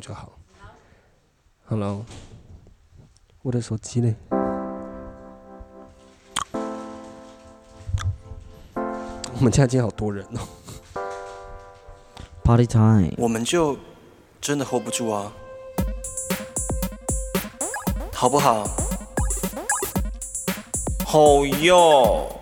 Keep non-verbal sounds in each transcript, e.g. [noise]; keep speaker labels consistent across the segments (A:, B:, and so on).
A: 就好。Hello，我的手机呢？我们家今天好多人哦。
B: Party time！
C: 我们就真的 hold 不住啊，好不好？好哟！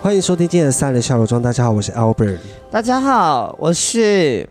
A: 欢迎收听今天的三人笑容妆，大家好，我是 Albert。
B: 大家好，我是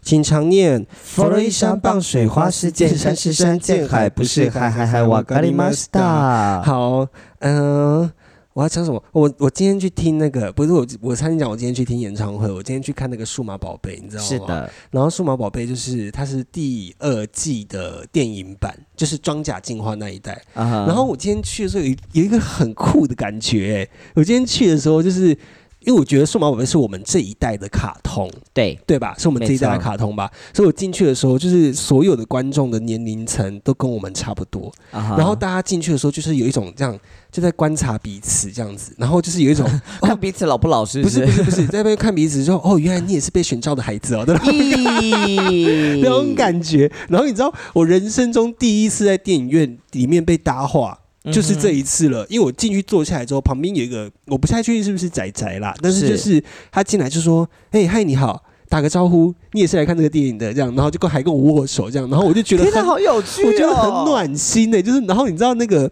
A: 请常念
B: 佛罗伊山棒水花是见山是山见海不是海海海瓦咖喱马斯。达。
A: 啊好，嗯、我要讲什么？我我今天去听那个，不是我我差点讲，我今天去听演唱会，我今天去看那个数码宝贝，你知道吗？
B: 是。的，
A: 然后数码宝贝就是它是第二季的电影版，就是装甲进化那一代。
B: 然
A: 然后我今天去的时候有一有一个很酷的感觉、欸，我今天去的时候就是。因为我觉得数码宝贝是我们这一代的卡通，
B: 对，
A: 对吧？是我们这一代的卡通吧。所以我进去的时候，就是所有的观众的年龄层都跟我们差不多。
B: 然
A: 然后大家进去的时候，就是有一种这样就在观察彼此这样子，然后就是有一
B: [laughs]
A: 种
B: 看彼此老不老实，
A: 不是不是不是在那边看彼此就哦，原来你也是被选召的孩子哦，对吧？
B: 咦，
A: 那种感觉。然后你知道，我人生中第一次在电影院里面被搭话。
B: 嗯
A: 就是这一次了，因为我进去坐下来之后，旁边有一个我不太确定是不是仔仔啦，但是
B: 是
A: 就是他进来就说：“哎、嗨，你好，打个招呼，你也是来看这个电影的，这样。”然后就跟还跟我握手，这样，然后我就觉得
B: 天哪，
A: 很
B: 好有趣哦，
A: 我觉得很暖心呢、就是然后你知道那个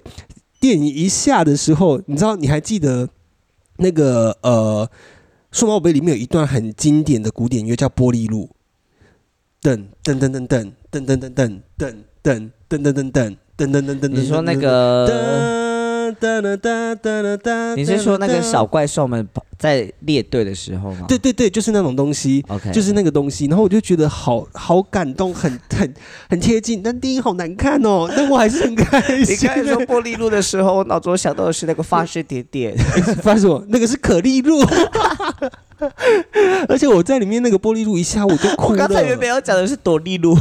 A: 电影一下的时候，你知道你还记得那个呃《数码宝贝》里面有一段很经典的古典乐叫《玻璃路》，噔噔噔噔噔噔噔噔噔噔噔噔噔噔噔噔噔噔噔，
B: 你说那个，
A: 噔噔噔噔噔，
B: 你是说那个小？怪兽们在列队的时候吗？
A: 对对对，就是那种东西。
B: ，OK，
A: 就是那个东西，然后我就觉得好好感动，很 [laughs] 很很贴近，但电影好难看哦，但我还是很开心。
B: 你刚才说玻璃路的时候，我脑中想到的是那个发饰点点，
A: [laughs] 发现我那个是可丽露， [laughs] 而且我在里面那个玻璃露一下我就哭
B: 我
A: 了。
B: 刚才原本要讲的是朵丽露，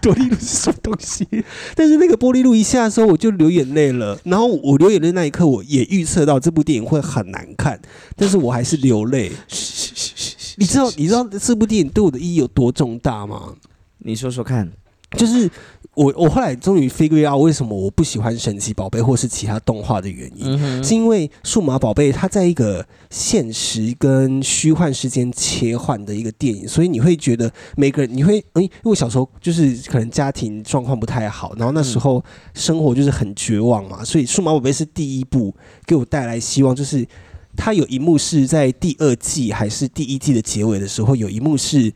A: 多丽露是什么东西？但是那个玻璃露一下的时候我就流眼泪了，然后我流眼泪那一刻我也预测到这部电影会很难看，但是我还是流泪。你知道你知道这部电影对我的意义有多重大吗？
B: [laughs] 你说说看，
A: 就是我我后来终于 figure out 为什么我不喜欢神奇宝贝或是其他动画的原因。
B: 哼
A: 是因为数码宝贝它在一个现实跟虚幻之间切换的一个电影，所以你会觉得每个人你会，嗯，因为我小时候就是可能家庭状况不太好，然后那时候生活就是很绝望嘛，所以数码宝贝是第一部给我带来希望，就是它有一幕是在第二季还是第一季的结尾的时候，有一幕是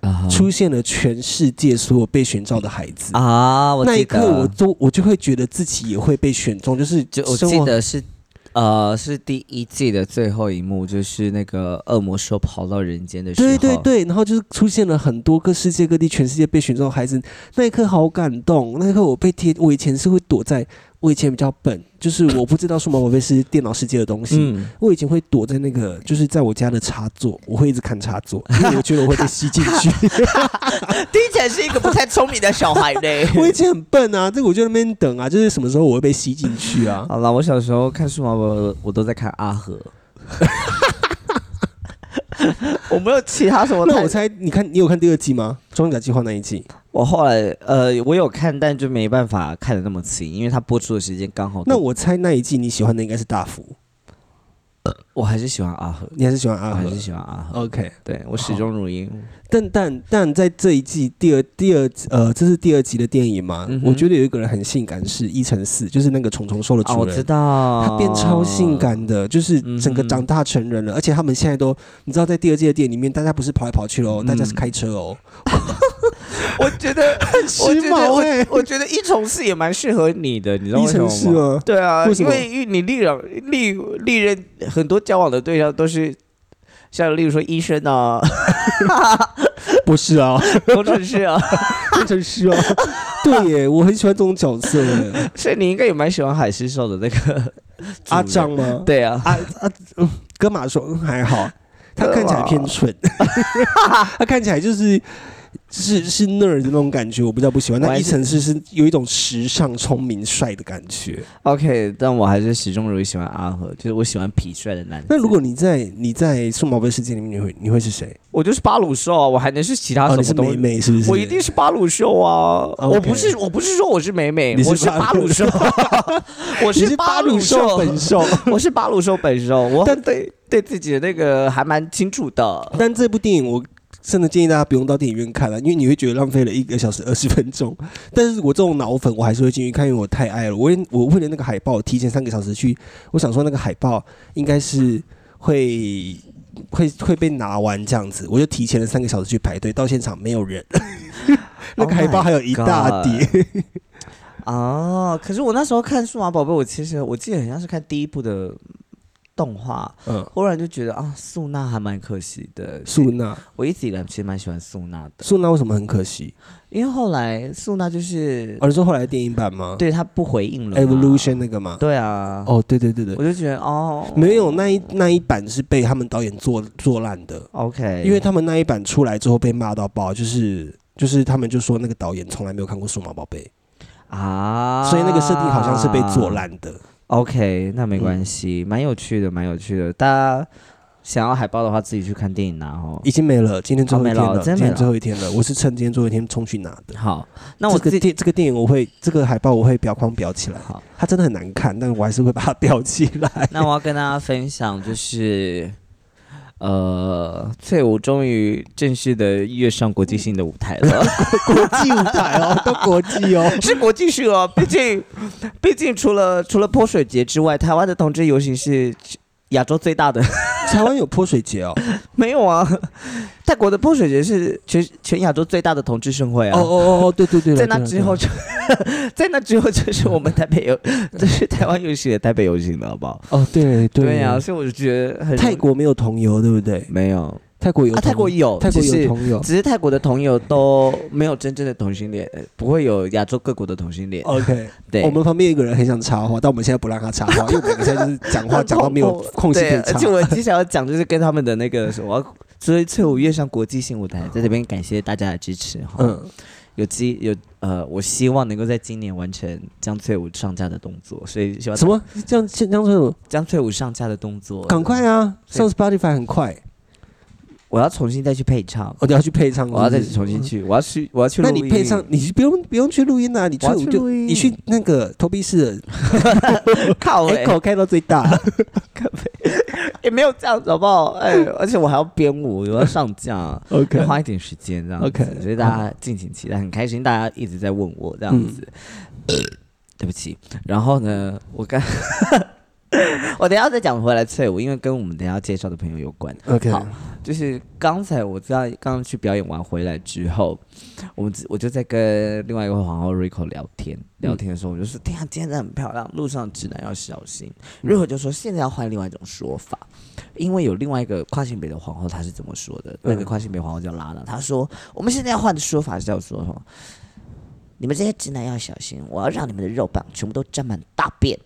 B: 啊
A: 出现了全世界所有被选召的孩子。
B: 啊，我
A: 那一
B: 记
A: 刻，我
B: 得，
A: 都我就会觉得自己也会被选中，就是
B: 就我
A: 生
B: 记
A: 活
B: 得是。呃，是第一季的最后一幕，就是那个恶魔兽跑到人间的时候。
A: 对对对，然后就是出现了很多个世界各地、全世界被选中的孩子，那一刻好感动。那一刻我被贴，我以前是会躲在，我以前比较笨，就是我不知道数码宝贝是电脑世界的东西，
B: 嗯，
A: 我以前会躲在那个，就是在我家的插座，我会一直看插 [laughs] 座，因为我觉得我会被吸进去。
B: 听起来是一个不太聪明的小孩 [laughs] 嘞
A: [laughs] 我以前很笨啊，这个我就在那边等啊，就是什么时候我会被吸进去啊？
B: 好了，我小时候看数码宝贝，我都在看阿和。 [laughs] 我没有其他什么
A: [laughs] 那
B: 太
A: 我猜，你看你有看第二季吗？《装甲计划》那一季？
B: 我后来呃，我有看，但就没办法看的那么勤，因为它播出的时间刚好。
A: 那我猜那一季你喜欢的应该是大福，
B: 我还是喜欢阿和，
A: 你还是喜欢阿
B: 我还
A: 和
B: 是喜欢阿和。
A: ？OK，
B: 对我始终如一。
A: 但但但在这一季第二第二呃，这是第二集的电影嘛？
B: 嗯哼
A: 我觉得有一个人很性感，是一乘四，就是那个虫虫兽的
B: 啊，
A: 主
B: 我
A: 人。
B: 知道，
A: 他变超性。感的，就是整个
B: 嗯哼
A: 长大成人了，而且他们现在都，你知道，在第二季的电影里面，大家不是跑来跑去喽，
B: 嗯
A: 大家是开车
B: [laughs]
A: 哦，
B: 我觉得， [laughs] 我
A: 时
B: 觉得，
A: 髦
B: 我
A: 哎，
B: 我觉得一重四也蛮适合你的，你知道
A: 一
B: 为什
A: 乘
B: 么
A: 四
B: 吗？
A: 啊，
B: 对啊，
A: 为什
B: 因
A: 么
B: 为因为你历任历历任很多交往的对象都是像例如说医生啊、 [laughs]
A: 不是啊，
B: 工程师啊，
A: 一乘四啊，对耶，我很喜欢这种角色耶，
B: [laughs] 所以你应该也蛮喜欢海
A: [laughs]
B: 狮兽的那个
A: 阿
B: 张。
A: 张吗？
B: 对啊， [laughs]
A: 啊啊，嗯，跟马说嗯还好，他看起来偏蠢，他看起来就是是是 nerd 的那种感觉，我比较不喜欢。
B: 我
A: 那
B: 还
A: 一
B: 是
A: 层是是有一种时尚、聪明、帅的感觉。
B: OK，但我还是始终如一喜欢阿和，就是我喜欢痞帅的男子。
A: 那如果你在你在数码宝贝世界里面，你会你会是谁？
B: 我就是巴鲁兽啊，我还能是其他
A: 哦，你
B: 什么
A: 是
B: 东
A: 美
B: 西？
A: 美是不是？
B: 我一定是巴鲁兽啊
A: OK
B: 我不是我不是说我是美美，
A: 你是
B: 我是
A: 巴
B: 巴
A: 鲁 [laughs]
B: 鲁
A: 兽
B: 兽，我
A: 你
B: 是
A: 巴
B: 鲁
A: 兽本兽。
B: [laughs] 我是巴鲁兽本兽，我
A: 但
B: 哦对对自己的那个还蛮清楚的。
A: 但这部电影我真的建议大家不用到电影院看了，因为你会觉得浪费了一个小时二十分钟。但是我这种脑粉，我还是会进去看，因为我太爱了。我也我为了那个海报提前三个小时去，我想说那个海报应该是会。会会被拿完这样子，我就提前了三个小时去排队，到现场没有人， [laughs] 那个
B: Oh my
A: 海报还有一大
B: Oh
A: 叠。
B: 啊，可是我那时候看《数码宝贝》，我其实我记得很像是看第一部的动画，
A: 嗯，
B: 忽然就觉得啊，素娜还蛮可惜的。
A: 素娜，
B: 我一直以来其实蛮喜欢素娜的，
A: 素娜为什么很可惜？哦
B: 因为后来素娜就是、
A: 而、你说后来的电影版吗？
B: 对她不回应了嘛
A: ，Evolution 那个吗？
B: 对啊，
A: 哦，对对对对，
B: 我就觉得哦，
A: 没有那一那一版是被他们导演做做烂的。
B: OK，
A: 因为他们那一版出来之后被骂到爆，就是就是他们就说那个导演从来没有看过《数码宝贝》
B: 啊，
A: 所以那个设定好像是被嗯做烂的。
B: OK，那没关系，蛮有趣的，蛮有趣的。大家想要海报的话，自己去看电影拿哦。
A: 已经没了，今天最后一天
B: 哦没了真
A: 今
B: 的没
A: 天
B: 了
A: 最后一天了，我是趁今天最后一天冲去拿的。
B: 好，那
A: 这
B: 我自
A: 个
B: 己
A: 电这个电影我会这个海报我会裱框裱起来，
B: 好，
A: 它真的很难看，但我还是会把它裱起来。
B: 那我要跟大家分享就是，呃，翠舞终于正式的跃上国际性的舞台了，
A: [laughs] 国际舞台 [laughs] 哦，都国际哦。
B: 是国际性哦。毕竟，毕竟除了除了泼水节之外，台湾的同志游行是亚洲最大的。
A: 台湾有泼水节哦，
B: 没有 [laughs] 啊，泰国的泼水节是全全亚洲最大的同志盛会啊。啊
A: 哦哦哦哦，对对对了，
B: 在那
A: 对了
B: 之后，就， [laughs] 在那之后就是我们台北 [laughs] 游，就是台湾游行的台北游行了，好不好？
A: 对了哦对
B: 对啊呀、
A: 呀，
B: 所以我就觉得很
A: 泰国没有同游对不对？
B: 没有
A: 泰国有
B: 啊，
A: 同
B: 泰国有，
A: 泰国
B: 只
A: 有
B: 是
A: 同游
B: 只是泰国的同友都没有真正的同性恋，呃不会有亚洲各国的同性恋。
A: ，OK。
B: 对，
A: 我们旁边有一个人很想插话，但我们现在不让他插话， [laughs] 因为我们现在就是讲话讲到没有空隙可
B: 对
A: 以，
B: 而
A: 插
B: 且。我接下来要讲就是跟他们的那个什么，所以翠舞跃上国际性舞台，在这边感谢大家的支持哈。
A: 嗯，
B: 有机有呃，我希望能够在今年完成江翠舞上架的动作，所以希望
A: 什么？这样这样子，
B: 江翠舞上架的动作，
A: 赶快啊！上 Spotify 很快，
B: 我要重新再去配唱，
A: 我、哦、你要去配唱是不
B: 我
A: 是，
B: 要再重新去，我要去，我要去录
A: 嗯那
B: 音。
A: 你配
B: [laughs]
A: 唱，你不用不用去录音啦、你去
B: 我要
A: 我
B: 去
A: 就
B: 录音
A: 你去那个投币式的
B: 靠哎、
A: echo 开到最大，。
B: 也没有这样子好不好？哎、而且我还要编舞，我要上架
A: OK [laughs]
B: 要花一点时间这样子
A: OK，
B: 所以大家敬请期待，很开心，大家一直在问我这样子。
A: 嗯
B: [coughs] 对不起，然后呢，我刚， [laughs] 我等一下再讲回来翠舞，因为跟我们等一下要介绍的朋友有关。
A: OK，
B: 好就是刚才我知道，刚刚去表演完回来之后，我们只我就在跟另外一个皇后 Rico 聊天，聊天的时候我就说：“天啊，今天真的很漂亮，路上直男要小心。”Rico 就说：“现在要换另外一种说法，因为有另外一个跨性别的皇后，她是怎么说的？那个跨性别皇后叫拉拉，她说：我们现在要换的说法是叫做什么？你们这些直男要小心，我要让你们的肉棒全部都沾满大便。”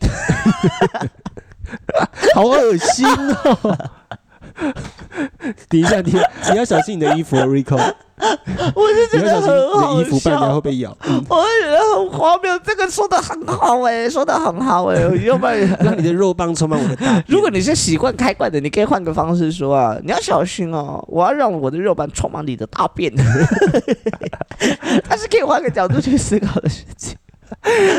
A: [laughs] 好恶心哦！ [laughs] 等一下，你你要小心你的衣服哦，Rico，
B: [laughs]
A: [laughs]
B: 我就
A: 你
B: 觉
A: 要小
B: 得
A: 心你
B: 很好
A: 的衣服，不然
B: 笑
A: 等下会被咬。嗯
B: 我会觉得很荒谬，这个说的很好哎、说的很好 [laughs] 哎、要不然。。
A: [laughs] 让你的肉棒充满我的大
B: [laughs] 如果你是习惯开罐的，你可以换个方式说啊，你要小心哦，我要让我的肉瓣充满你的大 [laughs] 便。但是可以换个角度去思考的事情。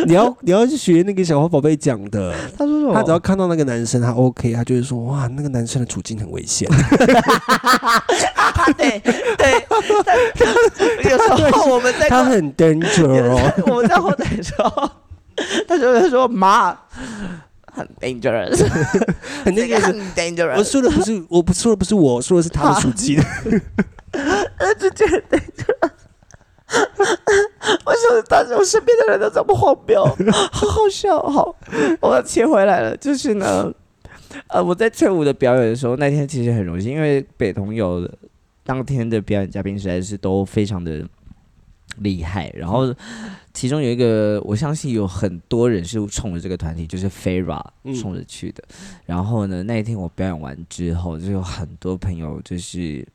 A: 你要你要去学那个小花宝贝讲的，
B: 他说什么？
A: 他只要看到那个男生，他 OK，他就会说哇，那个男生的处境很危
B: [laughs]
A: 险。
B: [laughs] 啊，对对，但有时候我们在
A: 他
B: [laughs]
A: 很 danger 哦。
B: 我们在后台的时候，他就会说妈，很 dangerous，
A: 很
B: 这
A: d
B: 个
A: a
B: [laughs] 很
A: n 我
B: dangerous，
A: 说的不是，我不说的不是我，说的是他的处境。
B: [laughs] 就觉得为什么当时我身边的人都这么荒谬？ [laughs] 好好笑，好，我要切回来了。就是呢，呃，我在翠舞的表演的时候，那天其实很荣幸，因为北同友当天的表演嘉宾实在是都非常的厉害。然后其中有一个，我相信有很多人是冲着这个团体，就是 Fira
A: 嗯
B: 冲着去的。然后呢，那一天我表演完之后，就有很多朋友就是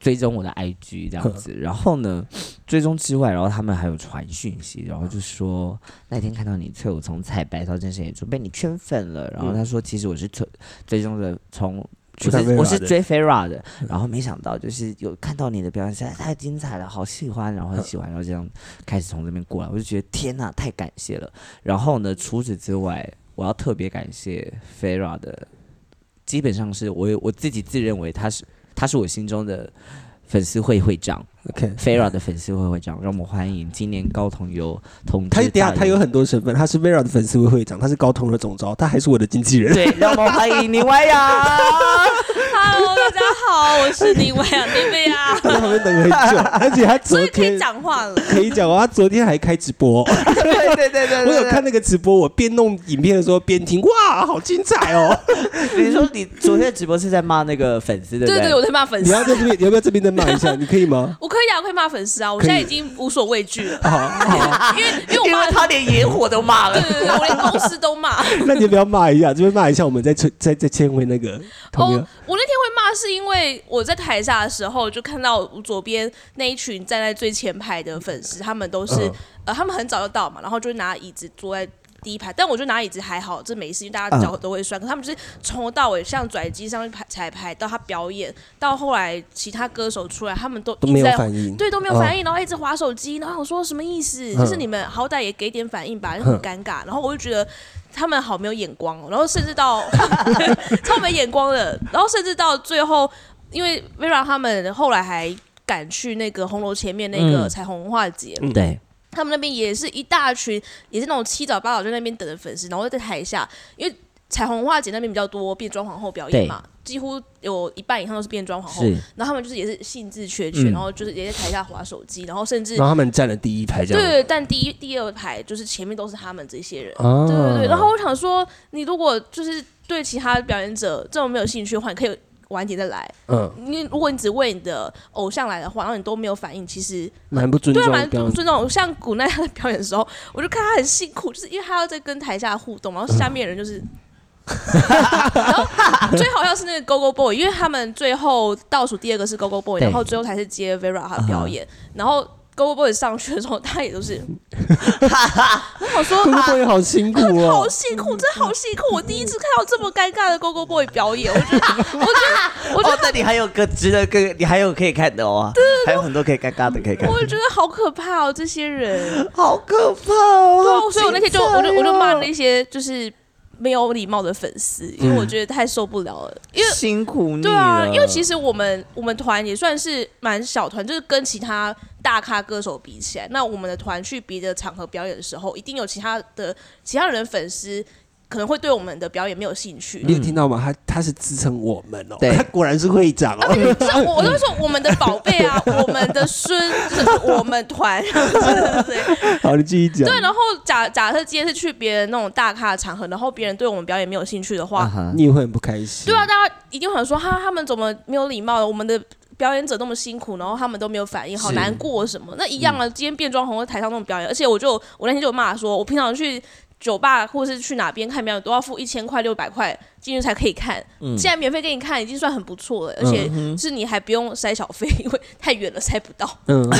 B: 追踪我的 IG 这样子。然后呢，追踪之外，然后他们还有传讯息，然后就说那天看到你翠，我从彩白到真实演出被你圈粉了。
A: 嗯
B: 然后他说，其实我是追追踪的从
A: 去
B: 我
A: 看
B: 是
A: Vera
B: 我是
A: 的
B: 追 Fira 的，
A: 嗯
B: 然后没想到就是有看到你的表演，实在太精彩了，好喜欢，然后
A: 嗯
B: 很喜欢，然后这样开始从这边过来，我就觉得天呐，太感谢了。然后呢，除此之外，我要特别感谢 Fira 的，基本上是我我自己自认为他是他是我心中的粉丝会会长
A: [laughs] OK，
B: ，Fira 的粉丝会会长，让我们欢迎今年高同游同
A: 他
B: 志
A: 等下
B: 大
A: 他
B: 游
A: 有很多身份，他是 Vera 的粉丝会会长，他是高通的总招，他还是我的经纪人。
B: [laughs] 对，让我们欢迎林歪雅。
D: Hello，大家好，我是林薇啊，林薇啊，
A: 他在旁边等很
B: [laughs]
A: 久，而且他
D: 终
A: [laughs] 昨
D: 于可以
A: 天
D: 讲话了。
A: 可以讲哦，他昨天还开直播。
B: [laughs] 对对对对，
A: 我有看那个直播，我边弄影片的时候边听，哇，好精彩
B: [laughs]
A: 哦！
B: 你说你昨天的直播是在骂那个粉丝，对不
D: 对
B: 对？
D: 对，我在骂粉
A: 你
D: 丝
A: 要，在这边，你要不要这边再骂一下？你可以吗？
D: 我可以啊，我可以骂粉丝啊，我
A: 可以
D: 现在已经无所畏惧了，
A: 好，好，
D: 因为因为我
B: 因
D: 骂
B: 为，他连野火都骂
D: 对
B: 了。
D: 对对，我连公司都骂。
A: 那你要不要骂一下？这边骂一下，我们再 [laughs] 切再再切回那个同
D: 哦
A: 样。，
D: 我那天会骂是因为我在台下的时候就看到我左边那一群站在最前排的粉丝，他们都是、
A: 嗯
D: 呃，他们很早就到嘛，然后就拿椅子坐在。第一排，但我就拿椅子还好，这没事，因为大家脚都会
A: 嗯
D: 酸。可他们就是从头到尾，像拽机上面排彩排到他表演，到后来其他歌手出来，他们都
A: 都没
D: 一
A: 有
D: 直在
A: 反应，
D: 对，都没有反
B: 嗯
D: 应，然后一直划手机，然后我说什么意思？就是你们好歹也给点反应吧，
B: 嗯
D: 就很尴尬。然后我就觉得他们好没有眼光哦，然后甚至到 [laughs] 超没眼光的，然后甚至到最后，因为 Vera 他们后来还赶去那个红楼前面那个
B: 嗯
D: 彩虹文化节，
B: 对，
D: 他们那边也是一大群，也是那种七早八早就在那边等的粉丝，然后在台下，因为彩虹文化节那边比较多变装皇后表演
B: 对
D: 嘛，几乎有一半以上都是变装皇后，
B: 是
D: 然后他们就是也是兴致缺缺，
B: 嗯
D: 然后就是也在台下划手机，然后甚至
A: 然后他们站了第一排，这
D: 对
A: 样。
D: 对，但第一、第二排就是前面都是他们这些人，
A: 啊
D: 对对对。然后我想说，你如果就是对其他表演者这种没有兴趣的话，你可以晚点再来。
A: 嗯，
D: 你如果你只为你的偶像来的话，然后你都没有反应，其实
A: 蛮不尊
D: 对
A: 重
D: 啊，蛮
A: 表
D: 尊重的。像古奈他在表演的时候， [laughs] 我就看他很辛苦，就是因为他要在跟台下互动，然后下面的人
A: [laughs]
D: 就是。然后最好笑是那个 Go Go Boy，因为他们最后倒数第二个是 Go Go Boy，
B: 对
D: 然后最后才是接 Vera 他的表演。
A: 啊
D: 然后 Go Go Boy 上去的时候，他也都是， [laughs] 我想说
A: 公
D: 啊，
A: 公也好辛苦
D: 好
A: 哦。
D: 辛苦，真的好辛苦！我第一次看到这么尴尬的 Go Go Boy 表演，我觉得，我觉得，我觉得
B: 哦，那你还有个值得更，你还有可以看的哦，还有很多可以尴尬的可以看，
D: 我觉得好可怕哦，这些人。
B: 好可怕哦！
D: 对啊
B: 好，
D: 所以我那天就我就
B: 精彩哦
D: 我就骂那些就是没有礼貌的粉丝，因为我觉得太受不了了。因为
B: 辛苦你
D: 对啊，
B: 嗯了
D: 因为其实我们我们团也算是蛮小团，就是跟其他大咖歌手比起来，那我们的团去别的场合表演的时候，一定有其他的其他人的粉丝可能会对我们的表演没有兴趣。
A: 你有听到吗？他他是自称我们哦，
B: 对
A: 他果然是会长
D: 啊，
A: 哦。
D: 这我我都会说我们的宝贝啊，我们的孙，就是我们团， [laughs] 对，
A: 好，你继续讲。
D: 对，然后假假设今天是去别人那种大咖的场合，然后别人对我们表演没有兴趣的话，
B: 啊哈
A: 你也会很不开心。
D: 对啊，大家一定会想说哈，他们怎么没有礼貌？我们的表演者那么辛苦，然后他们都没有反应，好
B: 是嗯
D: 难过什么？那一样啊，今天变装红在台上那种表演，而且我就我那天就有骂说，我平常去。酒吧或是去哪边看表演都要付一千块六百块进去才可以看，
B: 嗯
D: 现在免费给你看已经算很不错了，而且是你还不用塞小费，因为太远了塞不到。
B: 啊
A: 嗯，
D: 啊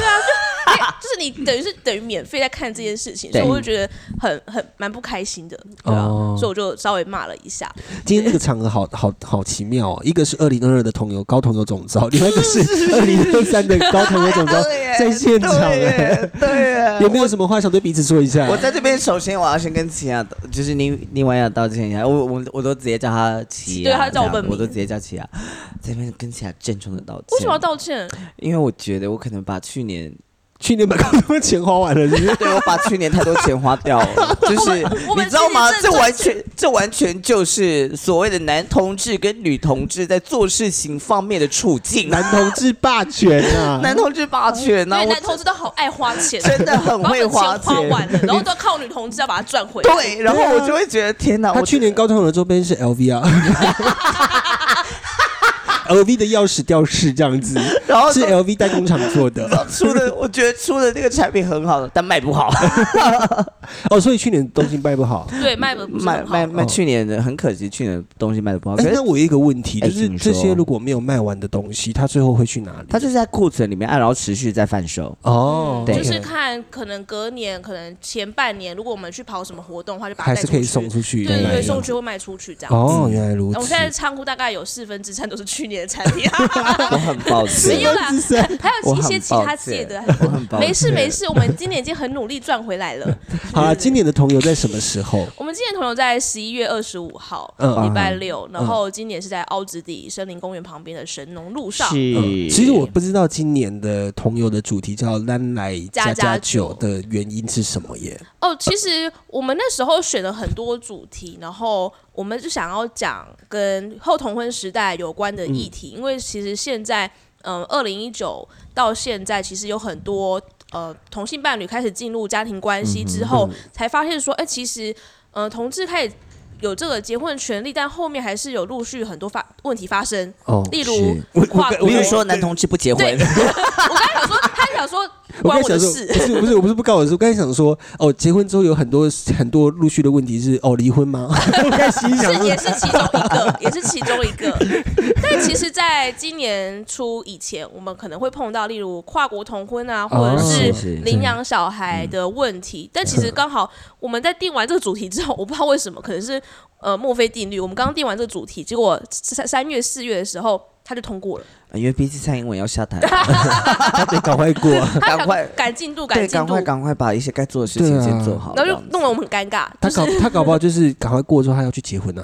D: 就是你等于是等于免费在看这件事情，所
B: 对
D: 以我就觉得很很蛮不开心的，对啊，
A: 哦
D: 所以我就稍微骂了一下。
A: 今天这个场合好好好奇妙哦，一个是二零二二的同游高同游总
D: [laughs]
A: 招，另外一个是二零二三的高同游总招，
B: 对耶
A: 在现场
B: 对
A: 哎，
D: 欸
B: 耶对耶
A: 有没有什么话想对彼此说一下？
B: [laughs] 我在这边，首先我要先跟齐亚，就是另另外要道歉一下，我我我都直接叫他齐亚，
D: 对他叫我本
B: 这样
D: 名
B: 我都直接叫齐亚，这边跟齐亚郑重的道歉。
D: 为什么要？道歉？
B: 因为我觉得我可能把去年？
A: 去年把高中的钱花完了，是不是
B: 对我把去年太多钱花掉了，
D: [laughs]
B: 就是
D: 我
B: 你
D: 们
B: 知道吗
D: 今？
B: 这
D: 年正
B: 完全这完全就是所谓的男同志跟女同志在做事情方面的处
A: [laughs]
B: 境，
A: 男同志霸权
B: [laughs]
A: 啊！
B: 男同志霸权啊，
D: 对，
B: 我
D: 男同志都好爱花钱，
B: 真的很
D: 把我
B: 会
D: 的
B: 花
D: 钱花
B: 钱。
D: 完了，然后都要靠女同志要把它赚回来。
B: 对，然后我就会觉得天哪！
A: 他 [laughs]
B: 我
A: 去年高同游周边是 LV 啊， LV 的钥匙吊饰这样子，
B: 然后
A: 是 LV 代工厂做
B: [laughs]
A: 的
B: 出的，我觉得出的那个产品很好的，但卖不好，
A: 哦，所以去年东京卖不
B: [laughs]
A: 好。
D: 对，卖的不是
B: 卖
D: 很好
B: 卖。卖
A: 哦
B: 去年的很可惜，去年的东西卖的不好。可
A: 哎，
B: 是
A: 那我有一个问题，
B: 哎
A: 就是
B: 请说
A: 这些如果没有卖完的东西，它最后会去哪里？
B: 它就是在库存里面，啊然后持续在贩
D: [laughs]
B: 售。
A: 哦，
B: 对
D: 就是看可能隔年，可能前半年，如果我们去跑什么活动的话，就把
A: 还
D: 它
A: 是可以
D: 带出
A: 送
D: 去
A: 出去，
D: 对对
A: 原来
D: 对，
A: 是
D: 送去或卖出去这样。
A: 哦，原来如
D: 呃
A: 此。
D: 我现在仓库大概有四分之三都是去年的产
B: [laughs]
D: 品，
B: 我很抱
D: 没有
B: [laughs] 歉，
D: 啦，还有一些其他借的。
B: 我很抱歉。
D: 没事没事，我们今年已经很努力赚回来了。
A: 好了，
D: 对
A: 今年的同游在什么时候？
D: 我们今年同游在十一月二十五号，
A: 嗯
D: 礼拜六，然后今年是在凹子底森林公园旁边的神农路上。
B: 是，
A: 嗯其实我不知道今年的同游的主题叫“兰来加
D: 加
A: 加
D: 加
A: 酒
D: 酒”
A: 的原因是什么耶？
D: 哦，其实我们那时候选了很多主题，然后我们就想要讲跟后同婚时代有关的
A: 嗯
D: 议题，因为其实现在，嗯、2二零一九到现在，其实有很多呃同性伴侣开始进入家庭关
A: 嗯
D: 系之后，才发现说，哎、其实，呃，同志开始。有这个结婚权利，但后面还是有陆续很多发问题发生，
A: 哦，
D: 例如
A: 我
D: 跨
A: 我
D: 国。
B: 比如说男同志不
A: [laughs]
B: 结婚，
D: 对我刚才想说，他想说
A: 我刚
D: 关我
A: 才想
D: 的
A: 说，
D: 事
A: 不，是不是，我不是不告我的事，我刚才想说，哦，结婚之后有很多很多陆续的问题是，哦，离婚吗？ [laughs] 我刚才心想
D: 是
A: 说
D: 也，是其中一个， [laughs] 也是其中一个。但其实，在今年初以前，我们可能会碰到，例如跨国同婚啊，或者
A: 是
D: 是
B: 哦是嗯
D: 领养小孩的问题。但其实刚好我们在定完这个主题之后，我不知道为什么，可能是呃墨菲定律，我们刚刚定完这个主题，结果三三月四月的时候。他就通过了，
B: 哎因为毕竟蔡英文要下台，
A: 他得赶快过，啊
D: [laughs] 他
B: 赶
D: 想
B: 快
D: 赶进度，赶
B: 对，
D: 进
B: 赶
D: 度，
B: 快赶快把一些该做的事
A: 啊
B: 情先做好，这
D: 然后就
B: 样子
D: 弄得我们很尴尬。
A: 他搞他搞不好就是赶快过之后，他要去结婚啊。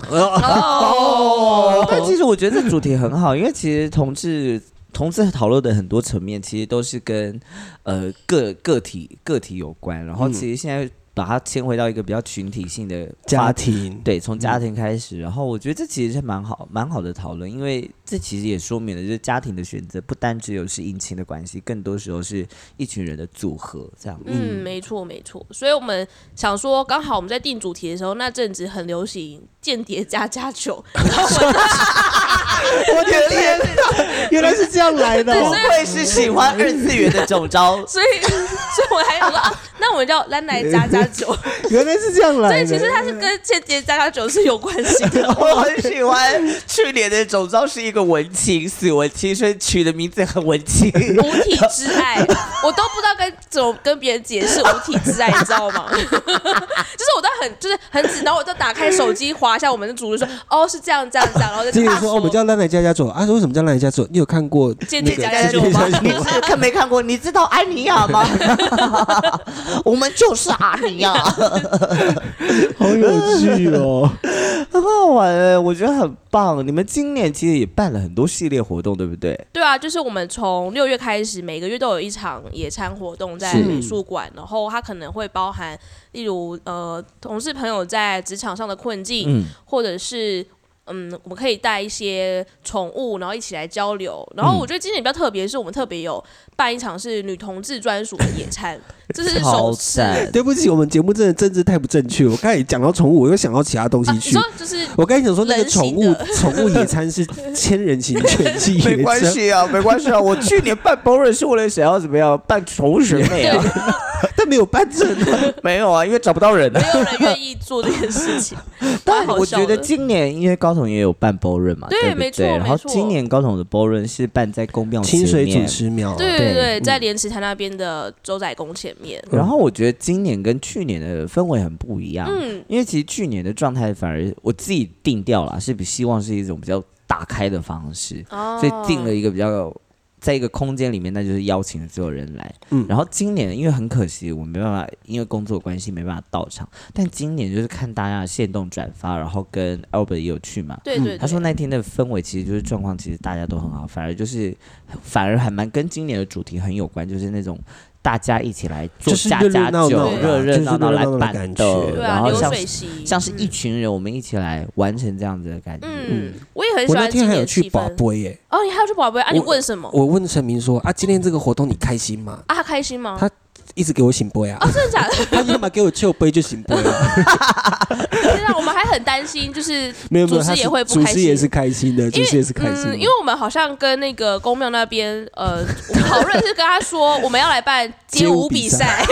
B: 哦，但其实我觉得这主题很好，因为其实同志同志讨论的很多层面，其实都是跟呃个个体个体有关，然后其实现在把它牵回到一个比较群体性的
A: 家
B: 话
A: 庭，
B: 对，从家庭开始，然后我觉得这其实是蛮好、蛮好的讨论，因为这其实也说明了，就是家庭的选择不单只有是姻亲的关系，更多时候是一群人的组合这样。
D: 嗯，没错没错，所以我们想说，刚好我们在定主题的时候，那阵子很流行《间谍加加酒》，然后我，
B: 我的天，
A: [laughs] 原来是这样来的哦
B: 不愧是喜欢二次元的总招
D: 所以 [laughs] 所以我还想说啊，那我们叫兰来加加酒，
A: [laughs] 原来是这样
D: 所
A: 来哦
D: 以其实它是跟《间谍加加酒》是有关系的。
B: [laughs] 我很喜欢。去年的总招是一个文青，死文青，所以取的名字很文青。
D: 无体之爱，我都不知道跟怎么跟别人解释无体之爱，你知道吗？ [laughs] 就是我都很就是很紧，然后我就打开手机划一下我们的主人说，哦是这样这样这样，然后就
A: 今
D: 跟
A: 年
D: 他
A: 说，哦我们叫兰来加加酒啊，说为什么叫兰来加酒？你有看过
D: 间
A: 那
D: 谍
A: 个
D: 加
A: 间
D: 加
A: 谍
D: 酒
A: 加
D: 吗
A: 加
B: 你
A: 酒吗？
B: 是看没看过？你知道安妮亚吗？ [laughs] 我们就是啊安妮亚。
A: 好有趣哦！
B: 很好玩哎、我觉得很棒。你们今年其实也办了很多系列活动，对不对？
D: 对啊，就是我们从六月开始，每个月都有一场野餐活动在
B: 是
D: 美术馆，然后它可能会包含，例如呃，同事朋友在职场上的困境，
B: 嗯
D: 或者是嗯，我们可以带一些宠物，然后一起来交流。然
B: 嗯
D: 后我觉得今年比较特别，是我们特别有办一场是女同志专属的野餐，这是
B: 超
D: 首次。啊
B: 赞！
A: 对不起，我们节目真的政治太不正确。我刚才讲到宠物，我又想到其他东西
D: 啊你
A: 去
D: 说。就是
A: 我刚才想说那个宠物
D: 人
A: 宠物野餐是千人
B: [laughs]
A: 行犬系
B: 没
A: 野
B: 关
A: 餐，
B: 系啊，没关系啊。我去年办 b o r 是为了想要怎么样办重审妹啊？
A: 但没有办证
B: 哦
A: 啊。
B: 没有啊，因为找不到人啊。
D: 没有人愿意做这件事情，
B: [laughs] 但
D: 蛮好
B: 我
D: 笑
B: 觉得
D: 的
B: 今年因为高筒也有办 b o r 嘛，
D: 对
B: 对不
D: 没错
B: 对然后
D: 没错
B: 今年高筒的 b o r 是办在公庙
A: 清水
B: 前
A: 祖
B: 面
A: 师庙，啊
D: 对对对，
B: 对嗯
D: 在莲池潭那边的周仔宫前面，
A: 嗯
B: 然后我觉得今年跟去年的氛围很不一样，
D: 嗯，
B: 因为其实去年的状态反而我自己定调啦，是比希望是一种比较打开的方式，
D: 哦
B: 所以定了一个比较，在一个空间里面，那就是邀请所有人来。
A: 嗯
B: 然后今年因为很可惜，我没办法，因为工作关系没办法到场。但今年就是看大家的线动转发，然后跟 Albert 也有去嘛。
D: 对
A: 嗯
D: 对对，
B: 他说那天的氛围其实就是状况，其实大家都很好，反而就是反而还蛮跟今年的主题很有关，就是那种大家一起来做
A: 就是
B: 家
A: 热热
B: 家
A: 闹
B: 酒
A: 闹
D: 啊，
B: 热热闹闹来
A: 就是热热闹闹的
B: 办
A: 感觉
D: 对
B: 然
D: 啊，
B: 后
D: 流
B: 像
D: 水席
B: 像是一
D: 嗯
B: 群人，我们一起来完成这样子的感觉。
D: 嗯，我也很喜
A: 我那
D: 欢今
A: 天还
D: 年
A: 有
D: 的
A: 去
D: 气
A: 宝
D: 氛。
A: 贝耶，
D: 哦，你还要去宝贝啊？
A: 我
D: 你问什么？
A: 我问陈明说啊，今天这个活动你开心吗？
D: 啊，他开心吗？
A: 他一直给我醒杯啊，
D: 哦，真的假的？ [laughs]
A: 他要么给我酒杯就醒杯啊，
D: 天啊，我们还很担心，就是
A: [laughs] 没有没
D: 主
A: 有，他
D: 师
A: 是
D: 也会不
A: 主
D: 开
A: 持
D: 心
A: 也。是开心的，
D: 因
A: 主
D: 为
A: 持也是开心的
D: 嗯，因为我们好像跟那个公庙那边，呃，我们讨论是跟他说我们要来办街舞比赛，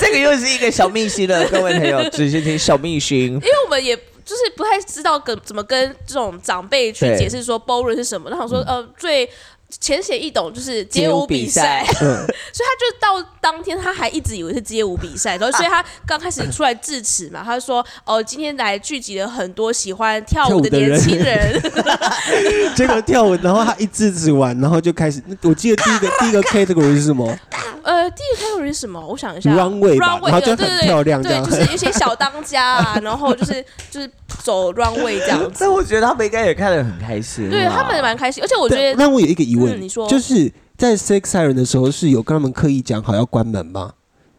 B: 这个又是一个小秘辛了，各位朋
D: [laughs]
B: 友，只是听小秘辛。
D: 因为我们也就是不太知道跟怎么跟这种长辈去
B: 对
D: 解释说 b o w l i n 是什么。然后想说，
A: 嗯
D: 呃，最浅显易懂就是街舞比赛， [laughs]
B: 街舞
A: 嗯，
D: 所以他就到当天他还一直以为是街舞比赛，然后所以他刚开始出来致辞嘛，他就说，哦，今天来聚集了很多喜欢跳舞的
A: 跳舞的人
D: 年轻人，
A: [laughs] 结果跳舞，然后他一制止完，然后就开始，我记得第
D: [laughs]
A: 一个第一个 category 是什么？
D: 呃，第一个 category 是什么？我想一下
A: Runway 吧
D: runway，
A: 然后就
D: 对对
A: 很
D: 对
A: 漂亮这
D: 对，
A: 样
D: 就是一些小当家啊，然后就是就是走 runway 这样子，
B: 但我觉得他们应该也看得很开心啊。
D: 对他们蛮开心，而且我觉
A: 对，
D: 得
A: 那我有一个疑问，
D: 嗯你说
A: 就是在 Sex Siren 的时候是有跟他们刻意讲好要关门吗？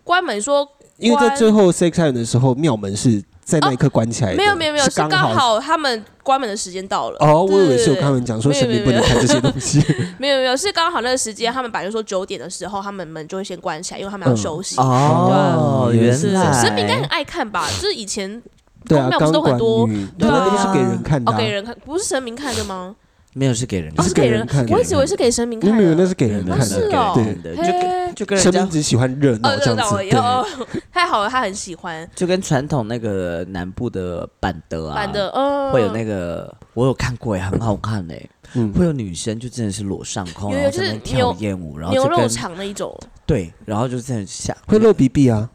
D: 关门说
A: 因为在
D: 关
A: 最后 Sex Siren 的时候，庙门是在那一刻关起来的，
D: 哦没有没有没有，
A: 哎是
D: 是刚
A: 好。
D: 好他们关门的时间到了。
A: 哦，我以
D: 对
A: 为是有
D: 对
A: 跟他们讲说
D: 没有
A: 神明
D: 没有
A: 不能看这些东西。
D: 没有没有，是刚好那个时间，他们本来就说九点的时候，他们门就会先关起来，因为他们要
A: 嗯
D: 休息。
B: 哦，
A: 对啊
B: 原来
D: 神明应该很爱看吧？就是以前
A: [laughs] 对啊，
D: 庙不
A: 钢
D: 是都很
A: 管
D: 多
A: 女，
D: 对
A: 那
D: 啊
A: 那边是给人看的
D: 哦
A: 啊。
D: 给人看，不是神明看的吗？
B: 没有是给人
D: 哦，
B: 看
A: 是
D: 是
A: 给
D: 给
A: 人
D: 人
A: 看，
D: 我一直以为是给神明
A: 没有
D: 看
A: 没有，那
D: 的。
A: 是给人
B: 哦
A: 看
D: 是
A: 的。
D: 哦
A: 对，
B: 对，
D: 嘿
B: 就就跟
A: 神
B: 人
A: 明
B: 家
A: 只喜欢热闹
D: 哦，
A: 这
D: 知
A: 样
D: 道
A: 子。
D: 我
A: 对，
D: 有，太好了，他很喜欢
B: 就跟传统那个南部的板德啊，
D: 版的，嗯，
B: 会有那个，我有看过也很好看哎、
A: 嗯
B: 会有女生就真的是裸上空，
D: 有有
B: 然后在那边
D: 就是
B: 跳
D: 牛
B: 艳舞，然后
D: 牛
B: 就
D: 肉
B: 跟
D: 肠那一种，
B: 对，然后就在那下，
A: 会露鼻鼻啊，